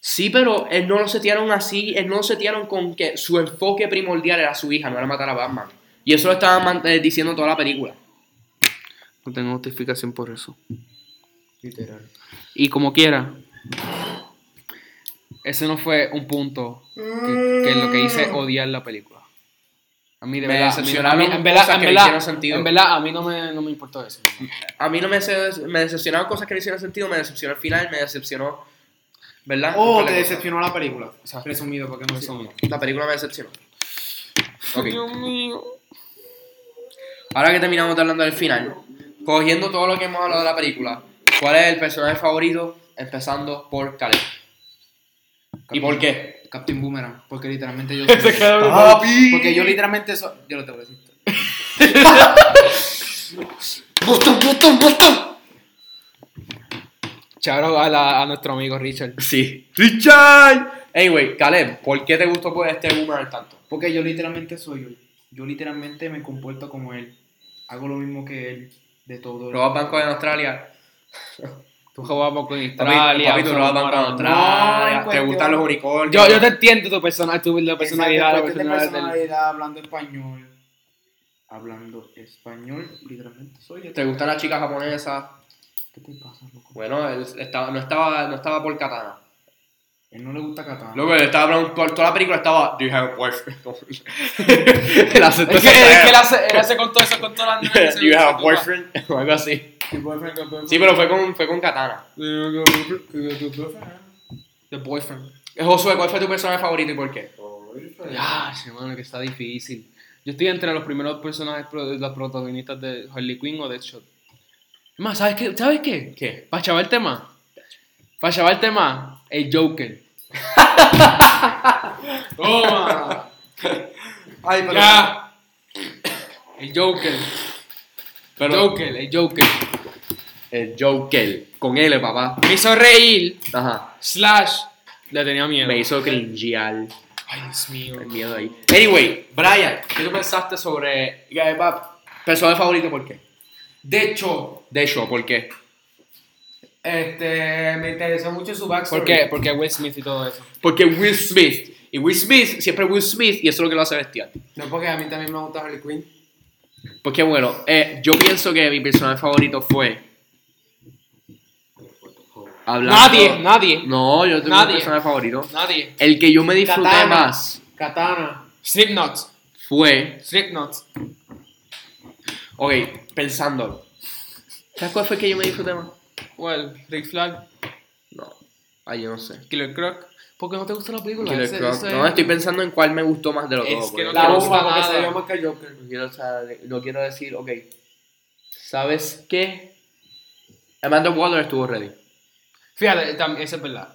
S2: Sí, pero él no lo setearon así. Él no lo setearon con que su enfoque primordial era su hija, no era matar a Batman. Y eso lo estaban man- eh, diciendo toda la película.
S3: No tengo justificación por eso.
S7: Literal.
S3: Y como quiera. Ese no fue un punto que, que lo que hice odiar la película. A mí de
S2: Mm. Me
S3: verdad, a mí-
S2: decepcionaron
S3: a mí- en verdad,
S2: cosas
S3: en
S2: que no
S3: verdad,
S2: hicieron sentido.
S3: en verdad, a mí no me, no me importó eso.
S2: A mí no me, hace- me decepcionaron cosas que no hicieron sentido. Me decepcionó el final, me decepcionó. ¿Verdad? Un
S5: Oh,
S2: par de
S5: te
S2: cosas.
S5: decepcionó la película.
S3: Exacto.
S5: Resumido, porque no
S3: Eso
S5: resumido.
S3: no.
S2: La película me decepcionó. Ok.
S3: Dios mío.
S2: Ahora que terminamos de hablando del final, cogiendo todo lo que hemos hablado de la película, ¿cuál es el personaje favorito? Empezando por Caleb. ¿Y por qué?
S5: Captain Boomerang, porque literalmente yo.
S3: <laughs>
S7: Porque yo literalmente. So yo lo te voy a decir.
S3: Charo a, la- a nuestro amigo Richard.
S2: Sí. ¡Richard! Anyway, Caleb, ¿por qué te gustó pues, este boomerang tanto?
S5: Porque yo literalmente soy él. Yo literalmente me comporto como él. Hago lo mismo que él. De todo.
S2: ¿Robas banco en Australia?
S3: Tú jugabas poco en
S2: Papi,
S3: Australia.
S2: papi, tú robas banco en
S3: Australia.
S2: Australia.
S7: No,
S2: ¿Te
S7: en
S2: gustan
S7: cuestión-
S2: los unicornios?
S3: Yo, yo te entiendo tu personalidad, tu la
S2: Pues
S3: personalidad, la
S7: Exacto, cuestión de
S3: personalidad del-
S7: personalidad, hablando español.
S5: Hablando español, literalmente soy él.
S2: ¿Te gustan las chicas japonesas?
S5: ¿Qué te pasa, loco?
S2: Bueno, él estaba, no, estaba, no estaba por katana.
S5: Él no le gusta Katana.
S2: Luego él estaba hablando por toda la película, estaba. Do you have a boyfriend? <laughs> el acento
S3: Es que,
S2: se-
S3: es que él hace, él hace con todo eso, con todas las
S2: <laughs>
S3: nenas,
S2: Do <laughs> you
S3: <laughs>
S2: have a
S3: se-
S2: boyfriend? <laughs> O algo así. Sí, pero fue con, fue con Katana.
S3: The boyfriend.
S2: Josué, ¿cuál fue tu personaje favorito y por qué?
S3: Ya, hermano, que está difícil. Yo estoy entre los primeros personajes, pro- las protagonistas de Harley Quinn o Deadshot. Es Más, ¿sabes qué? ¿Sabes qué?
S2: ¿Qué?
S3: Para chavar el tema. Para chavar el tema, el
S2: <laughs>
S3: Joker. Toma.
S5: Ay, pero.
S3: ya. El Joker. El
S2: Pero-
S3: Joker, el Joker.
S2: El Joker. Con L, papá.
S3: Me hizo reír,
S2: Ajá.
S3: slash, le tenía miedo.
S2: Me hizo cringear
S3: Ay, Dios mío.
S2: el miedo ahí. Anyway, Brian, ¿qué tú pensaste sobre. Yeah, pap, Personaje favorito, ¿por qué?
S4: eh, De hecho,
S2: De hecho, ¿por qué?
S4: este, me interesó mucho su backstory.
S3: ¿Por qué? Porque Will Smith y todo eso.
S2: Porque Will Smith. Y Will Smith, siempre Will Smith, y eso es lo que lo hace bestial.
S4: No, porque a mí también me gusta Harley Quinn.
S2: Pues qué bueno. Eh, yo pienso que mi personaje favorito fue. Hablando-
S3: Nadie, nadie.
S2: No, yo tengo
S3: Nadie.
S2: un personaje favorito.
S3: Nadie.
S2: El que yo me disfruté
S4: Katana.
S2: más
S4: Katana.
S3: Slipknot.
S2: fue.
S3: Slipknot.
S2: Ok, pensándolo. ¿Sabes cuál fue el que yo me disfruté más?
S3: Well, Rick Flag.
S2: No. Ay, yo no sé.
S3: Killer Croc. ¿Por qué no te gusta la película?
S2: Killer
S3: Ese-
S2: Croc.
S3: ese-
S2: No, estoy pensando en cuál me gustó más de los
S3: Es
S2: dos.
S3: que
S2: porque-
S3: no
S4: La
S3: te
S2: no
S3: gusta
S4: bomba, porque
S3: nada.
S4: se llama que Joker.
S2: quiero, o sea, no quiero decir, ok. ¿Sabes qué? Amanda Waller estuvo ready.
S3: Fíjate, también, eso es verdad.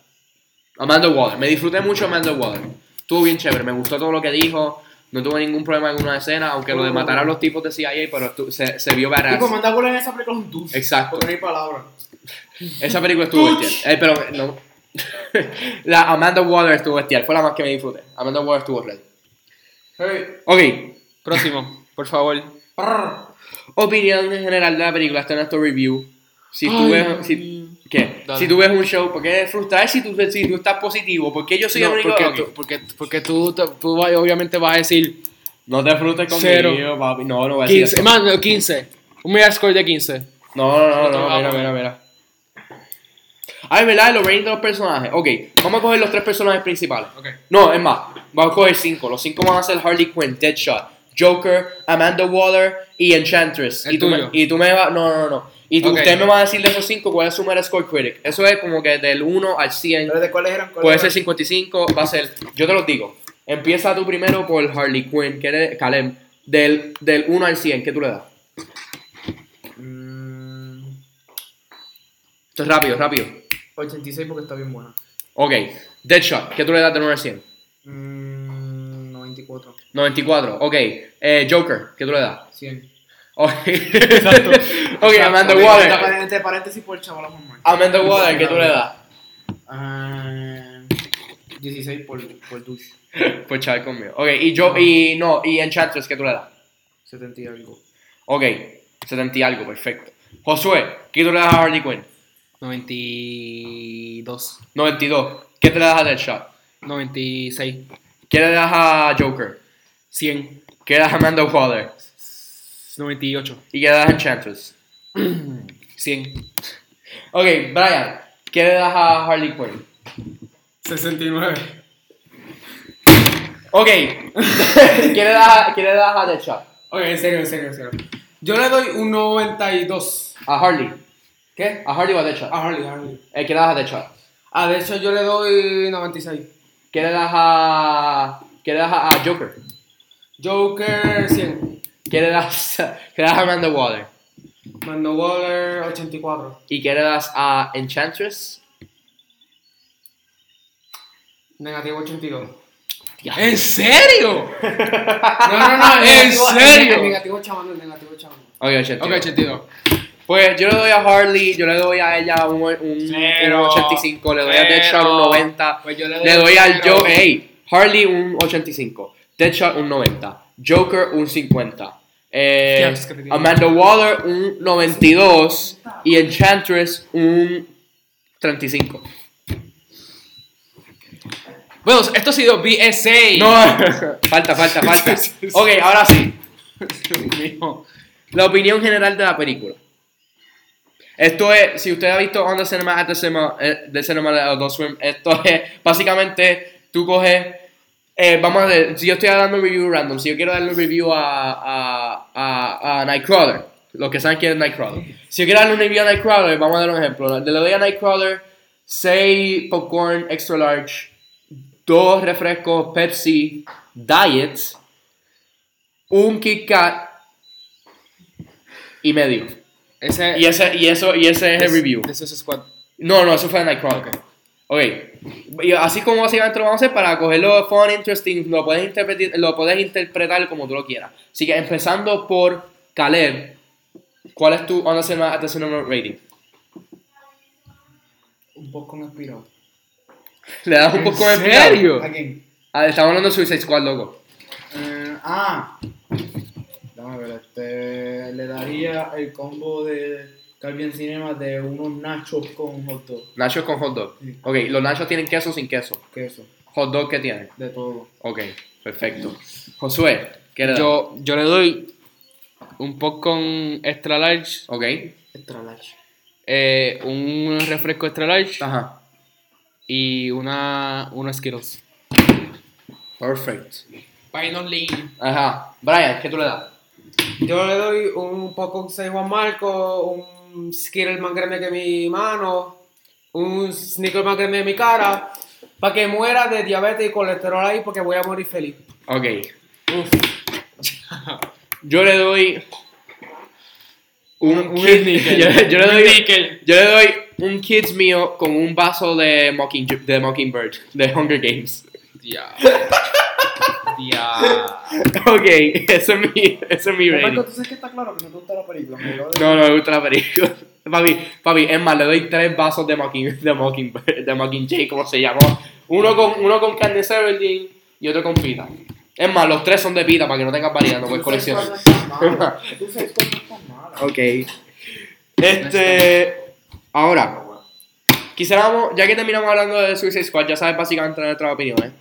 S2: Amanda Waller. Me disfruté mucho Amanda Waller. Estuvo bien chévere. Me gustó todo lo que dijo. No tuve ningún problema en una escena, aunque lo de matar a los tipos de CIA, pero estu- se, se vio
S5: Y
S2: badass.
S5: como anda en esa película es un douche.
S2: Exacto.
S5: Porque no hay palabra.
S2: Esa película estuvo bestial. Eh, pero no. <laughs> la Amanda Waller estuvo bestial. Fue la más que me disfruté. Amanda Waller estuvo ready.
S5: Hey,
S2: Ok.
S3: Próximo, por favor.
S5: prr.
S2: Opinión en general de la película. Está en nuestro review. Si tú
S3: Ay,
S2: ves... si- ¿Qué?
S3: Dale.
S2: Si tú ves un show, ¿por qué frustrar si tú, si tú estás positivo? ¿Por qué yo soy
S3: No,
S2: el único?
S3: porque,
S2: Ok.
S3: tú, porque, porque tú, te- tú vas- obviamente vas a decir
S2: No te frustres conmigo,
S3: Cero.
S2: papi. No, no voy a decir
S3: 15,
S2: eso.
S3: más, no, 15. Un mega score de 15.
S2: No, no, no,
S3: Otro
S2: no, mira,
S3: lado.
S2: mira, mira. Ay, ¿verdad? Los ratings de los personajes. Ok, vamos a coger los tres personajes principales.
S3: Ok.
S2: No, es más, vamos a coger cinco. Los cinco van a ser Harley Quinn, Deadshot, Joker, Amanda Waller y Enchantress.
S3: El
S2: y, tú
S3: tuyo.
S2: Me, y tú me vas. No, no, no, no. Y tú,
S3: Ok.
S2: usted me va a decir de esos cinco cuál es su Metascore Critic. Eso es como que del 1 al 100.
S5: ¿Pero de cuáles eran? ¿Cuáles
S2: Puede
S5: eran?
S2: ser 55, va a ser. Yo te los digo. Empieza tú primero por Harley Quinn, que eres Caleb. Del, del 1 al 100, ¿qué tú le das?
S5: Mm,
S2: Esto es rápido, rápido.
S5: 86 porque está bien buena.
S2: Ok, Deadshot, ¿qué tú le das del 1 al 100?
S5: Mm, 94.
S2: 94, ok. Eh, Joker, ¿qué tú le das?
S5: 100.
S2: Ok, exacto. <laughs> Ok, Amanda Waller.
S5: Entre paréntesis por el chaval mamá.
S2: Amanda Waller, ¿qué tú le das?
S5: Ah, 16 por, por douche.
S2: Pues chaval conmigo. Ok, y yo, y no, y Enchantress, ¿qué tú le das?
S5: 70 y algo.
S2: Ok, 70 y algo, perfecto. Josué, ¿qué tú le das a Harley Quinn?
S3: 92.
S2: 92, ¿qué te le das a Deadshot?
S3: 96.
S2: ¿Qué le das a Joker?
S3: 100.
S2: ¿Qué le das a Amanda Waller? <laughs>
S3: 98.
S2: ¿Y qué le das a Enchantress? <clears throat>
S3: 100.
S2: Ok, Brian, ¿qué le das a Harley Quinn?
S5: 69.
S2: Ok, <laughs> ¿qué le das a, qué le das a Deadshot?
S5: Ok, en serio, en serio, en serio. Yo le doy un 92
S2: A Harley. ¿Qué? A Harley o a Deadshot.
S5: a Harley, a Harley.
S2: Eh, ¿Qué le das a Deadshot?
S5: Ah, de hecho, yo le doy 96.
S2: ¿Qué le das a. ¿Qué le das a, a Joker?
S5: Joker, 100.
S2: ¿Qué le das, <laughs> ¿Qué le das a Amanda Waller?
S5: Mando Waller, 84.
S2: ¿Y qué le das a Enchantress?
S5: Negativo, 82.
S3: ¿En serio?
S5: No, no, no, el
S3: Ah, ¿En
S5: negativo-
S3: serio?
S2: <laughs>
S5: El negativo chamando, el negativo chamando.
S2: Ok, 82.
S3: Ok, 82.
S2: Pues yo le doy a Harley, yo le doy a ella un, un, un
S3: Cero.
S2: 85, le doy a
S3: Cero.
S2: Deadshot un 90.
S3: Pues yo
S2: Le doy al
S3: cero.
S2: Joker, hey, Harley un 85, Deadshot un 90, Joker un 50, eh,
S3: Dios, qué ridículo.
S2: Amanda Waller un 92 y Enchantress un 35.
S3: Bueno, esto ha sido BSA.
S2: No, falta, falta, <laughs> falta. Ok, ahora sí.
S3: Mijo.
S2: La opinión general de la película. Esto es, si usted ha visto On the Cinema, At the Cinema, eh, The Cinema, eh, The Swim, esto es, básicamente, tú coges, eh, vamos a ver, si yo estoy dando un review random, si yo quiero darle un review a, a, a, a Nightcrawler, los que saben quién es Nightcrawler. Si yo quiero darle un review a Nightcrawler, vamos a dar un ejemplo. Le doy a Nightcrawler 6 popcorn extra large, 2 refrescos Pepsi Diet, un Kit Kat y medio.
S3: Ese,
S2: Y, ese, y, eso, y ese es el review.
S3: This is Squad.
S2: No, no, eso fue en Nightcrawler. Ok. Y así como básicamente lo vamos a hacer para cogerlo fun, interesting, lo puedes, interpretar, lo puedes interpretar como tú lo quieras. Así que empezando por Caleb, ¿cuál es tu on the cinema, at the cinema rating? <laughs>
S5: Un poco me aspirado.
S2: ¿Le das un poco de picado?
S5: ¿A quién?
S2: Ah, estamos hablando de Suicide Squad, loco.
S5: Eh, ah. Dame ver, este. Le daría el combo de Calvin Cinema de unos nachos con hot dog.
S2: Nachos con hot dog.
S5: Sí.
S2: Ok, los nachos tienen queso o sin queso.
S5: Queso,
S2: Hot dog, ¿qué tienen?
S5: de todo.
S2: Ok, perfecto. Josué, ¿qué le das?
S3: Yo, yo le doy un popcorn extra large,
S2: Ok.
S5: Extra large.
S3: eh, un refresco extra large
S2: Ajá.
S3: y una, unos Skittles.
S2: Perfect.
S6: Painos lean.
S2: Ajá. Brian, ¿qué tú le das?
S4: Yo le doy un poco de Juan Marco, un Skittle más grande que mi mano, un Snickers más grande que mi cara, para que muera de diabetes y colesterol ahí, porque voy a morir feliz.
S2: Ok. Yo le doy. Un, kid, <laughs> yo, yo le doy, yo le doy un kids mío con un vaso de, Mocking, de Mockingbird, de Hunger Games.
S3: Ya.
S2: <laughs>
S3: Ya.
S2: Ok, ese es mi, ese es mi rating.
S5: Marco, tú sabes que está claro que no te gusta la película. me acabo de-
S2: No, no me gusta la película. <laughs> Papi, papi, es más, le doy tres vasos de Mocking, de Mocking, de Mocking como se llamó. Uno con, uno con carne Severdeen y otro con pita. Es más, los tres son de pita para que no tengas variedad, pues, no puedes
S5: Tú sabes
S2: coleccionar.
S5: cuál no está mala. Tú sabes cuál no está mala.
S2: Ok. Este. Ahora, quisiéramos, ya que terminamos hablando de Suicide Squad, ya sabes básicamente nuestras opiniones.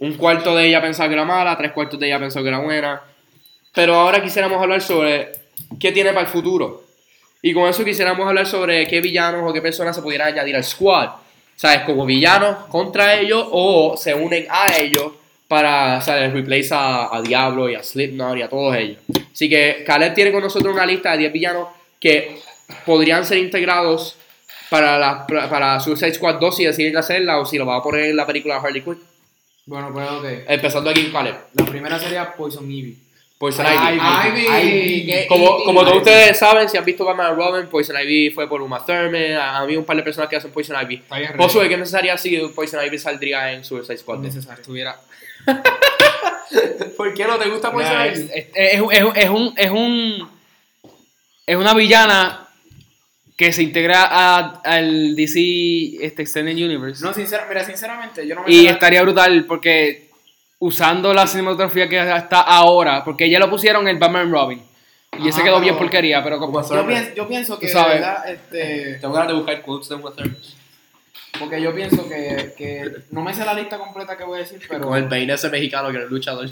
S2: Un cuarto de ella pensaba que era mala, tres cuartos de ella pensó que era buena. Pero ahora quisiéramos hablar sobre qué tiene para el futuro. Y con eso quisiéramos hablar sobre qué villanos o qué personas se pudieran añadir al squad. ¿Sabes? Como villanos contra ellos o se unen a ellos para, ¿sabes? Replace a, a Diablo y a Slipknot y a todos ellos. Así que Caleb tiene con nosotros una lista de 10 villanos que podrían ser integrados para, la, para Suicide Squad 2 si deciden hacerla o si lo va a poner en la película Harley Quinn.
S5: Bueno, pues ok.
S2: Empezando aquí con Caleb.
S5: La primera sería Poison Ivy.
S2: Poison Ivy.
S5: Ivy. Ivy.
S7: qué
S2: Como,
S7: easy.
S2: como todos ustedes saben, si han visto Batman and Robin, Poison Ivy fue por Uma Thurman. A a mí un par de personas que hacen Poison Ivy.
S3: Está bien,
S2: ¿Vos sabés qué necesaria si Poison Ivy saldría en Suicide Squad 2?
S3: Estuviera.
S2: <laughs> ¿Por qué no te gusta Poison
S3: Nah,
S2: Ivy?
S3: Ah, es, es- es- es- es un, es un. Es una villana que se integra a- al DC este, Extended Universe.
S5: No, sincera, mira, sinceramente, yo no me
S3: Y
S5: queda-
S3: estaría brutal porque usando la cinematografía que está ahora, porque ya lo pusieron en Batman Robin. Y ese
S4: Ah.
S5: Ajá,
S3: quedó
S5: pero-
S3: bien porquería, pero como.
S5: Yo pienso, yo pienso que,
S3: Tú
S5: de
S3: sabes.
S5: verdad, este,
S2: Tengo ganas de buscar quotes de Uma Thurman.
S5: porque yo pienso que, que no me sé la lista completa que voy a decir, pero
S2: Con el peine ese mexicano que era el luchador.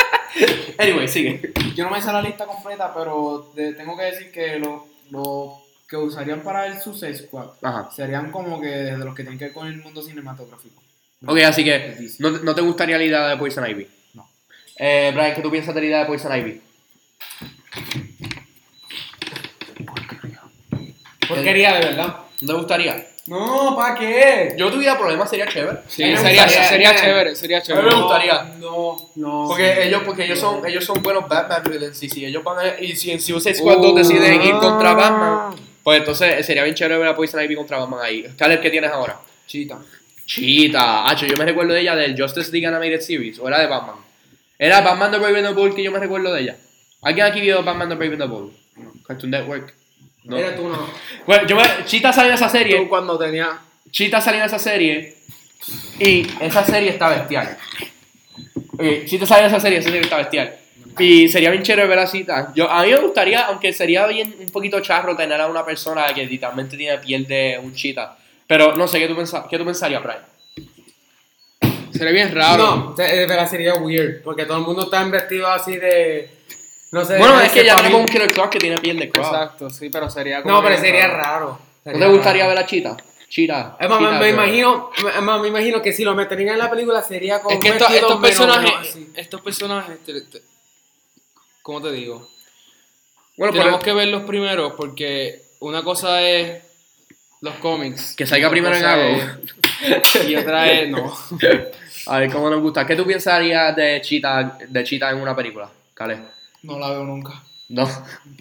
S2: <laughs> anyway, sigue.
S5: yo no me sé la lista completa, pero te- tengo que decir que los lo que usarían para el Suicide Squad
S2: Ajá.
S5: serían como que de los que tienen que ver con el mundo cinematográfico.
S2: Ok, así que
S5: Es decir,
S2: no, no te gustaría la idea de Poison Ivy.
S5: No.
S2: Eh, Brian, ¿qué tú piensas de la idea de Poison Ivy?
S4: Porquería, de verdad.
S2: ¿No te gustaría?
S4: No, ¿para qué?
S2: Yo tuviera problemas, sería chévere.
S3: Sí,
S4: A mí me
S3: sería,
S4: gustaría-
S3: sería
S4: mira.
S3: chévere, sería
S2: A mí me
S3: chévere.
S2: gustaría.
S4: No, no.
S2: Porque ellos, porque ellos son, ellos son buenos Batman villains. Y si ellos van a, y si en Suicide Squad
S4: Uh.
S2: 2 deciden ir contra Batman, pues entonces eh, sería bien chévere ver a Poison Ivy contra Batman ahí. Caleb, ¿qué tienes ahora?
S5: Chita.
S2: Chita, hacho, yo me recuerdo de ella del Justice League Animated Series, o era de Batman. Era Batman the Brave and the Bold que yo me recuerdo de ella. ¿Alguien aquí vio Batman the Brave and the Bold? Cartoon Network. No.
S4: Mira tú, no.
S2: Bueno, yo me- Chita salió de esa serie.
S4: cuando tenía...
S2: Chita salió de esa serie. Y esa serie está bestial. Ok, Chita salió de esa serie, esa serie está bestial. Y sería bien chévere ver a Chita. Yo, a mí me gustaría, aunque sería bien un poquito charro tener a una persona que literalmente tiene piel de un Chita. Pero no sé, ¿qué tú, pensa- qué tú pensarías, Brian?
S3: Sería bien raro.
S4: No, te- de verdad sería weird, porque todo el mundo está vestido así de... No sé.
S2: Bueno,
S4: de
S2: es que ya tenemos un
S4: Zeppelin.
S2: Killer Croc que tiene piel de Croc.
S3: Exacto, sí, pero sería como.
S4: No, pero
S3: bien
S4: sería
S3: raro.
S4: raro.
S2: ¿No te gustaría ver a Chita? Chita.
S4: Es más,
S2: Chita,
S4: me, me
S2: bro.
S4: imagino, me, me- me imagino que si lo meterían en la película sería como
S3: Es que
S4: un
S3: esto-
S4: vestido
S3: estos
S4: menos- menos
S3: personajes.
S4: así.
S3: Estos personajes. te- te- ¿Cómo te digo?
S2: Bueno,
S3: Tenemos
S2: pero
S3: que verlos primero porque una cosa es los cómics.
S2: que salga
S3: otra
S2: primero en
S3: cosa
S2: algo.
S3: es-
S4: <laughs>
S3: Y otra es. No. <laughs>
S2: <laughs> A ver cómo nos gusta. ¿Qué tú pensarías de Chita, de Chita en una película, Cale?
S7: No la veo nunca.
S2: No.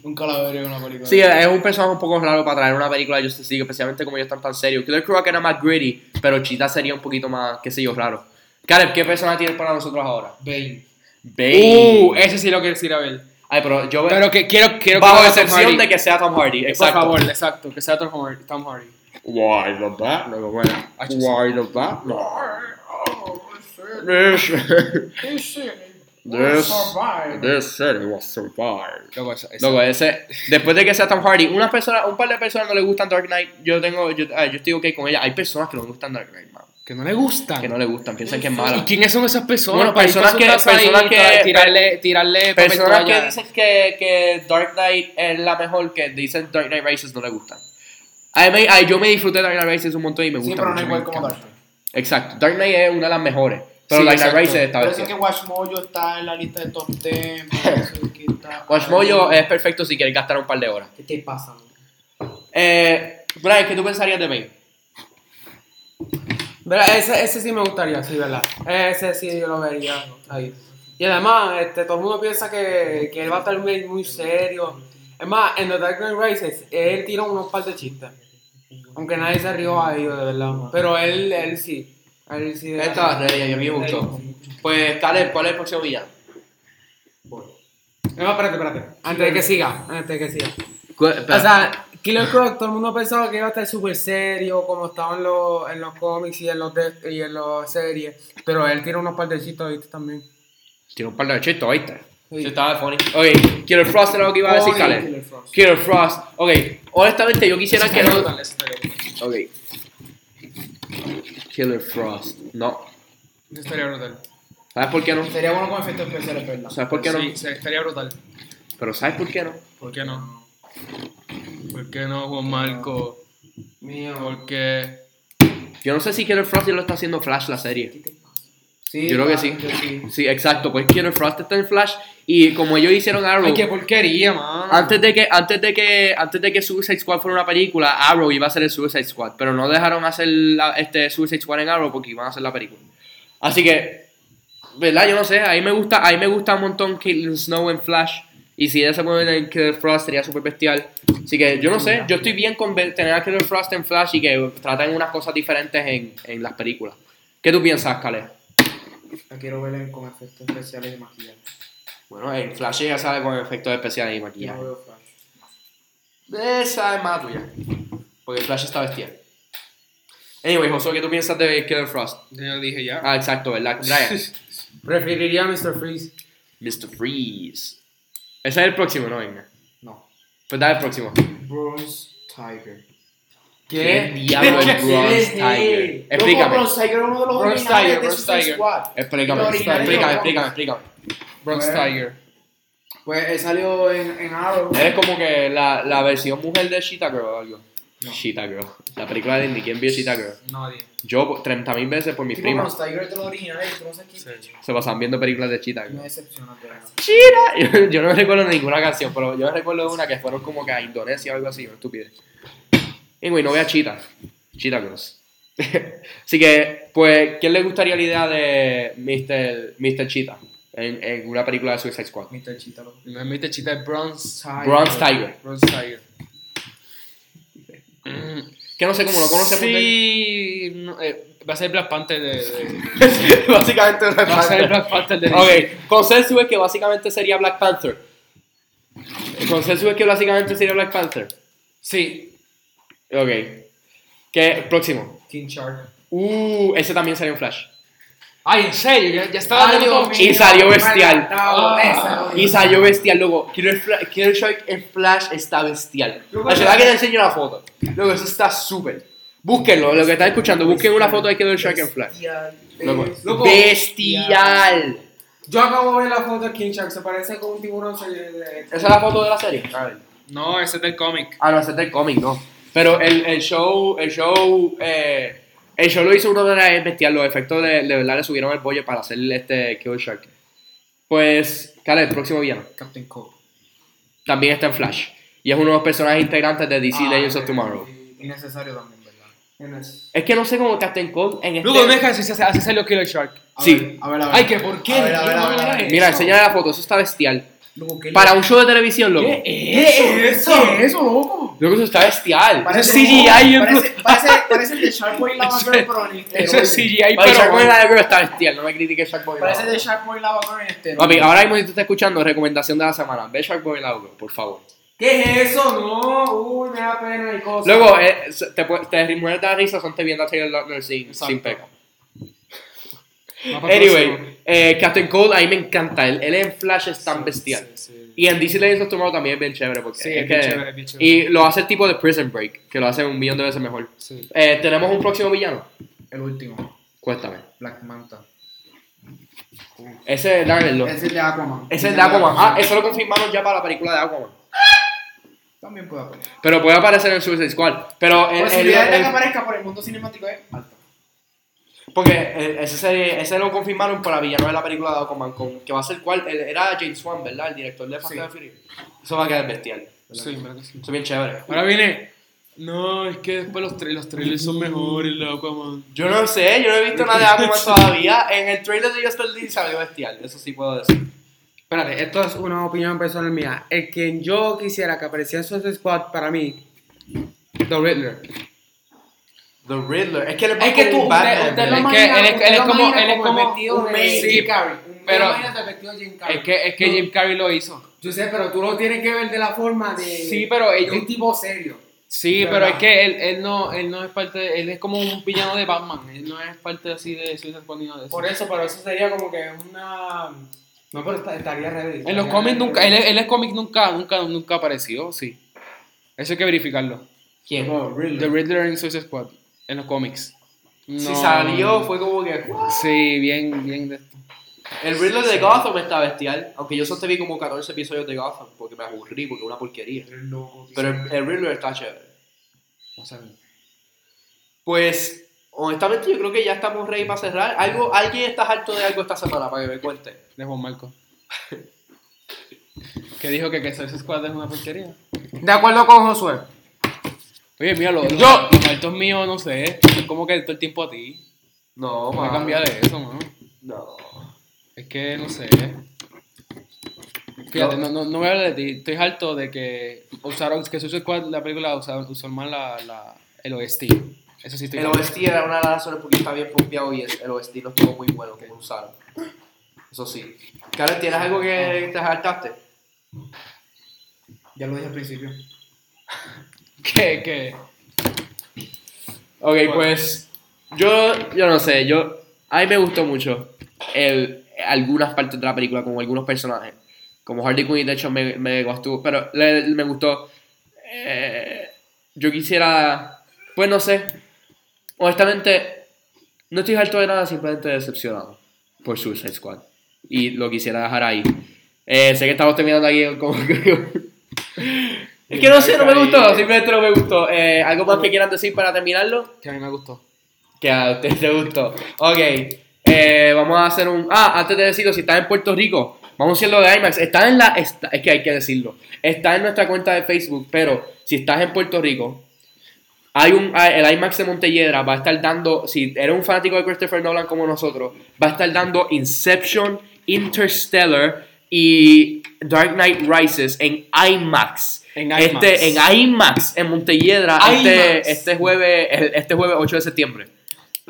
S7: Nunca la veré en una película.
S2: Sí, es un personaje un poco raro para traer una película de Justice League, especialmente como ellos están tan serios. Killer Croc era más gritty, pero Chita sería un poquito más, qué sé yo, raro. Caleb, ¿qué personaje tienes para nosotros ahora?
S7: Bane.
S2: Bane.
S3: Uh, ese sí lo quiero decir a ver.
S2: Ay, pero yo
S3: Pero que quiero, quiero
S2: Bajo
S3: que
S2: excepción de que sea Tom Hardy.
S3: Por
S2: Exacto.
S3: favor, exacto, que sea Tom Hardy. Tom Hardy.
S2: Why the bat? No, bueno. Why the bat? This, this city will survive.
S3: Loco, esa- esa-
S2: Loco, ese, después de que sea Tom Hardy, una persona, un par de personas no le gustan Dark Knight. Yo tengo, yo, ah, yo estoy ok con ella. Hay personas que no me gustan Dark Knight, man.
S3: Que no le gustan.
S2: que no le gustan, piensan que es
S3: ¿Y
S2: mala.
S3: quiénes son esas personas?
S2: Bueno,
S3: para ir
S2: personas
S3: pa' su
S2: que-
S3: casa
S2: personas
S3: y
S2: que-
S3: tra- tirarle, tirarle papel
S2: Personas que
S3: toalla.
S2: dicen que, que Dark Knight es la mejor, que dicen Dark Knight Rises no le gustan. A mí- a- yo me disfruté de Dark Knight Rises un montón y me gusta.
S7: Sí, pero no
S2: mucho,
S7: es
S2: me
S7: igual como
S2: encanta.
S7: Dark Knight.
S2: Exacto, Dark Knight es una de las mejores. Pero
S3: Sí,
S2: Dark Knight
S3: exacto.
S2: Rises está
S7: Por eso es que
S2: bestia.
S7: Watchmojo está en la lista de top 10.
S2: <laughs>
S7: por eso es que está-
S2: Watchmojo es perfecto si quieres gastar un par de horas.
S7: ¿Qué te pasa? man?
S2: Eh, Brian, ¿qué tú pensarías de Bane?
S4: Verá, ese, ese sí me gustaría, sí, ¿verdad? Ese sí yo lo vería ahí. Y además, este, todo el mundo piensa que, que él va a estar muy, muy serio. Es más, en The Dark Knight Rises, él tira unos par de chistes. Aunque nadie se rió a ellos, de verdad. Pero él, él sí. Él sí. de verdad.
S2: Esta ready, a mí me gustó. Pues, Caleb, ¿cuál es el próximo villano?
S4: No, espérate, espérate. Antes de que siga, antes de que siga.
S2: O
S4: O sea, Killer Croc, todo el mundo pensaba que iba a estar súper serio, como estaban los, en los cómics y en los, de- y en los series. Pero él tira unos par de chistes, ¿viste? También.
S2: tiene un par de chistes, ¿oíste?
S4: Sí.
S2: Se estaba funny. Ok, Killer Frost era lo que iba a decir,
S7: Odio
S2: Caleb.
S7: Killer Frost.
S2: Killer Frost. Ok, honestamente yo quisiera que no... Ok. Killer Frost. No.
S3: Estaría brutal.
S2: ¿Sabes por qué no?
S7: Sería bueno con efectos especiales, ¿verdad?
S2: ¿Sabes por qué no?
S3: Sí, sí, estaría brutal.
S2: Pero ¿sabes por qué no?
S3: ¿Por qué no? ¿Por qué no, Juan Marco?
S4: Mío.
S3: Porque.
S2: Yo no sé si Killer Frost ya lo está haciendo Flash la serie.
S7: Sí,
S2: Yo creo que sí. Sí, exacto. Pues Killer Frost está en Flash y como ellos hicieron Arrow...
S3: Ay, qué porquería, man.
S2: Antes de que antes de que antes de que Suicide Squad fuera una película, Arrow iba a ser el Suicide Squad, pero no dejaron hacer la- este Suicide Squad en Arrow porque iban a hacer la película. Así que ¿verdad? Yo no sé, a mí me gusta a mí me gusta un montón Caitlyn Snow en Flash y si ella se mueve en Killer Frost sería súper bestial. Así que yo no sé, yo estoy bien con ver- tener a Killer Frost en Flash y que traten unas cosas diferentes en, en las películas. ¿Qué tú piensas, Kale?
S7: La quiero ver en- con efectos especiales y maquillaje.
S2: Bueno, en Flash ya sabe con efectos especiales y
S7: Ya
S2: maquillaje.
S7: veo Flash.
S2: Esa es más tuya. Porque Flash está bestial. Anyway, Josué, ¿qué tú piensas de Killer Frost?
S3: Ya lo dije ya.
S2: Ah, exacto, ¿verdad?
S3: <laughs>
S2: Brian.
S4: Preferiría a Mr. Freeze.
S2: Mr. Freeze. Ese es el próximo, ¿no? Venga.
S7: No.
S2: Pues dale el próximo.
S7: Bronze Tiger.
S2: ¿Qué
S3: <laughs>
S2: diablo es Bronze Tiger? Explícame.
S7: Bronze Tiger uno de los
S3: Bronze
S7: originales
S3: Tiger,
S7: de
S3: Bronze
S7: Suicide
S3: Tiger.
S7: Squad.
S2: Explícame,
S7: Lo
S2: explícame,
S7: originario,
S2: explícame,
S7: ¿no?
S2: explícame, explícame.
S3: Bronze
S7: Bueno.
S3: Tiger.
S7: Pues él salió en, en Arrow.
S2: Eres como que la, la versión mujer de Cheetah Girl o algo. Cheetah Girl. La película de Disney. ¿Quién vio Cheetah Girl?
S3: Nadie.
S2: Yo por- 30.000 veces por mis
S7: Tipo,
S2: primas.
S7: Bronze Tiger es de los originales. Bronze aquí.
S2: Se pasan viendo películas de Cheetah Girl.
S7: Me decepciona. de verdad.
S2: <laughs> Yo, yo no recuerdo ninguna canción, pero yo recuerdo una que fueron como que a Indonesia o algo así, una estupidez. Anyway, no vea Cheetah. Cheetah Girls. <laughs> así que, pues, ¿quién le gustaría la idea de Mr. Mr. Cheetah en, en una película de Suicide Squad?
S7: Mr. Cheetah, loco.
S3: No es mi techita, es Bronze Tiger.
S2: Bronze Tiger.
S3: Bronze Tiger. Mm.
S2: Que no sé cómo lo conoce.
S3: Sí, no, eh, va a ser Black Panther de,
S2: <laughs>
S3: de-
S2: porque- básicamente no
S3: va a ser Black Panther de
S2: Ok, consenso es que básicamente sería Black Panther. El consenso es que básicamente sería Black Panther.
S3: Sí,
S2: Ok. ¿Qué? Próximo.
S7: King Shark.
S2: Uh, ese también salió en Flash.
S3: ay, en serio, ya, ya estaba
S7: Ay,
S3: hablando
S7: Dios
S2: Y salió bestial.
S7: Ah, esa,
S2: Y salió bestial, luego. Killer, Fla- Killer Shark en Flash está bestial. La verdad que te enseño una foto. Luego, eso está súper. Búsquenlo, lo que están escuchando, busquen una foto de Killer Shark en Flash. Loco,
S4: Loco.
S2: Bestial.
S4: Yo acabo de ver la foto de King Shark, se parece con un tiburón. se- de-
S2: Esa es la foto de la serie.
S3: No, ese es del cómic.
S2: Ah, no, ese es del cómic, no. Pero el, el show, el show, eh, el show lo hizo uno de las bestial. Los efectos de, de verdad le subieron el pollo para hacer este Killer Shark. Pues, Cale, el próximo villano.
S7: Captain Cold.
S2: También está en Flash. Y es uno de los personajes integrantes de DC
S7: Ah,
S2: Legends
S7: eh,
S2: of Tomorrow.
S7: Innecesario también, ¿verdad?
S2: Es que no sé cómo Captain Cold en este.
S3: Luego me deja si se así salió Killer Shark.
S7: A
S2: Sí.
S7: ver, a ver, a ver.
S3: Ay, que por qué.
S7: A ver, a ver, a ver, a ver.
S2: Mira, enseñale la foto, eso está bestial.
S7: Loco, ¿qué
S2: Para un show de televisión, loco.
S7: ¿Qué es eso? ¿Qué es eso, loco?
S2: Loco, eso está bestial. <laughs>
S7: Parece
S3: CGI en
S7: parece, parece, parece el de Sharkboy y Lava Girl, pero en esteroides.
S3: Eso es CGI,
S2: Oye,
S3: pero.
S2: Sharkboy Live Girl está bestial, no me critiques Sharkboy
S7: Parece
S2: Live
S7: el de Sharkboy y Lava Girl en esteroides.
S2: Papi, ahora mismo si tú estás escuchando, recomendación de la semana. Ve Sharkboy Live Girl, por favor.
S4: ¿Qué es eso? No, uy, me da pena y cosas.
S2: Luego, eh, se- te, pu- te mueres de la risa, son te viendo a Taylor Lautner sin,
S3: Exacto.
S2: sin peca.
S3: Va para próximo.
S2: Anyway, eh, Captain Cold, a mí me encanta. Él, él en Flash es tan bestial.
S3: Sí, sí.
S2: Y en DC Legends of Tomorrow también es bien chévere. Porque
S3: Sí,
S2: es
S3: es bien
S2: que-
S3: chévere, es bien chévere.
S2: Y lo hace el tipo de Prison Break, que lo hace un millón de veces mejor.
S3: Sí.
S2: Eh, Tenemos un próximo villano.
S7: El último.
S2: Cuéntame.
S5: Black Manta.
S2: Ese es Dark Lord.
S5: Ese es de Aquaman.
S2: Ese es de Aquaman. Ah, eso lo confirmaron ya para la película de Aquaman.
S5: También puede aparecer.
S2: Pero puede aparecer en Suicide Squad. Pero
S3: Pues
S2: el, el-
S5: Posibilidad de
S2: el-
S5: que aparezca por el mundo cinemático es alta.
S2: porque eh, ese, serie- ese lo confirmaron para villano de la película de Aquaman, con, que va a ser cuál, el- era James Wan, ¿verdad? El director de Fast
S5: Sí.
S2: and Furious. Eso va a quedar bestial.
S3: Sí, en verdad que sí.
S2: Eso es bien chévere.
S3: Ahora viene. No, es que después los, tra- los trailers
S2: Mm.
S3: son mejores, la Aquaman.
S2: Yo no sé, yo no he visto nada de <laughs> Aquaman todavía. En el trailer de Just Lee salió bestial, eso sí puedo decir.
S4: Espérate, esto es una opinión personal mía. El que yo quisiera que apareciera en Suicide Squad para mí, The Riddler.
S2: The Riddler. Es que él
S4: Es que tú,
S2: Batman,
S4: usted- usted
S2: ¿verdad?
S4: lo
S3: Es que él es-
S4: usted
S3: él es
S4: lo
S3: como-
S4: imagina
S3: él es como-
S4: el vestido
S3: un
S4: de
S3: sí,
S4: Jim Carrey. Usted
S3: eh, pero-
S4: lo imagina el vestido de Jim Carrey.
S3: Es que, es que Jim Carrey lo hizo.
S4: Yo sé, pero tú lo tienes que ver de la forma de,
S3: Sí, pero
S4: de
S3: ellos.
S4: un tipo serio.
S3: Sí,
S4: ¿Verdad?
S3: pero es que él, él, no, él no es parte, de- él es como un villano de Batman, él no es parte así de Suicide Squad ni nada de eso.
S4: Por eso, pero eso sería como que una... No, pero esta- estaría ready.
S3: En los
S4: Estaría
S3: cómics
S4: ready.
S3: nunca, él, él en cómics nunca, nunca, nunca apareció, sí. Eso hay que verificarlo.
S2: ¿Quién?
S3: The Riddler en Suicide Squad, en los cómics.
S2: Si
S3: No.
S2: salió fue como que...
S3: Sí, bien, bien de esto.
S2: El Riddler de Gotham está bestial, aunque yo solo te vi como 14 episodios de Gotham porque me aburrí porque es una porquería. Pero el, el Riddler está chévere. Pues, honestamente, yo creo que ya estamos ready para cerrar. Algo, ¿Alguien está harto de algo esta semana para que me cuente?
S3: De Juan Marco. que dijo que, que Suicide Squad es una porquería.
S4: De acuerdo con Josué.
S3: Oye, mira, los, los,
S2: Yo-
S3: los altos míos, no sé, es como que todo el tiempo a ti.
S2: No,
S3: No me
S4: Ah.
S2: mano.
S3: cambiar de eso, mano.
S2: No.
S3: Es que no sé. Fíjate, no, no, no me hables de ti. Estoy harto de que usaron, que Suicide Squad, la película, usaron, usó mal la, la, el OST. Eso sí estoy
S2: El
S3: harto.
S2: OST era una de las razones porque está bien pompeado y el el OST no estuvo muy bueno como lo usaron. Eso sí. Karen, ¿tienes algo que te hartaste?
S5: Ya lo dije al principio.
S3: Que, que...
S2: Ok, pues yo, yo no sé, yo a mí me gustó mucho el, algunas partes de la película, como algunos personajes, como Harley Quinn, de hecho me, me gustó, pero le- me gustó. Eh, yo quisiera, pues no sé, honestamente, no estoy harto de nada, simplemente decepcionado por Suicide Squad. Y lo quisiera dejar ahí. Eh, sé que estamos terminando aquí <laughs> como que... Es que no sé, no me gustó, simplemente no me gustó. Eh, ¿Algo más que quieran decir para terminarlo?
S3: que a mí me gustó.
S2: Que a usted te gustó. Ok, eh, vamos a hacer un. Ah, antes de decirlo, si estás en Puerto Rico, vamos a decirlo de IMAX. Está en la. está- es que hay que decirlo. Está en nuestra cuenta de Facebook, pero si estás en Puerto Rico, hay un, ah, el IMAX de Montelledra va a estar dando. Si eres un fanático de Christopher Nolan como nosotros, va a estar dando Inception, Interstellar y Dark Knight Rises en IMAX.
S3: En
S2: Este, en IMAX, en Montelledra,
S3: IMAX.
S2: este, este jueves, el- este jueves 8 de septiembre.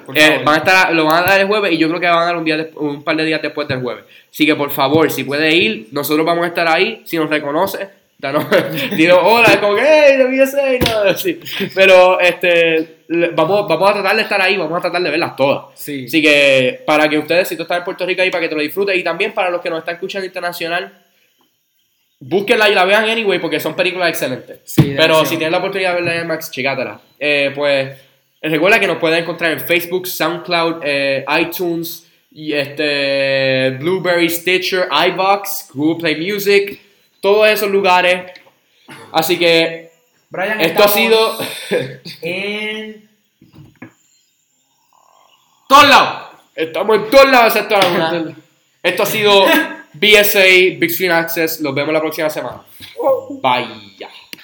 S3: Por
S2: Eh,
S3: favor.
S2: van a estar, lo van a dar el jueves y yo creo que van a dar un, día des- un par de días después del jueves. Así que por favor, si puede ir, nosotros vamos a estar ahí. Si nos reconoce, danos, <laughs> dinos hola, como que, hey, te vi ese", y nada así. Pero este, le- vamos, vamos a tratar de estar ahí, vamos a tratar de verlas todas.
S3: Sí.
S2: Así que para que ustedes, si tú estás en Puerto Rico ahí, para que te lo disfrutes y también para los que nos están escuchando internacional, búsquenla y la vean anyway porque son películas excelentes.
S3: Sí,
S2: Pero
S3: demasiado.
S2: si tienes la oportunidad de verla en Max, checátela. Eh, pues recuerda que nos pueden encontrar en Facebook, SoundCloud, eh, iTunes, y este, Blueberry, Stitcher, iBox, Google Play Music, todos esos lugares. Así que
S5: Brian,
S2: esto ha
S5: estamos
S2: sido...
S5: En.
S2: todos lados. Estamos en todos lados excepto la luna. Esto ha sido BSA Big Screen Access. Los vemos la próxima semana. Bye.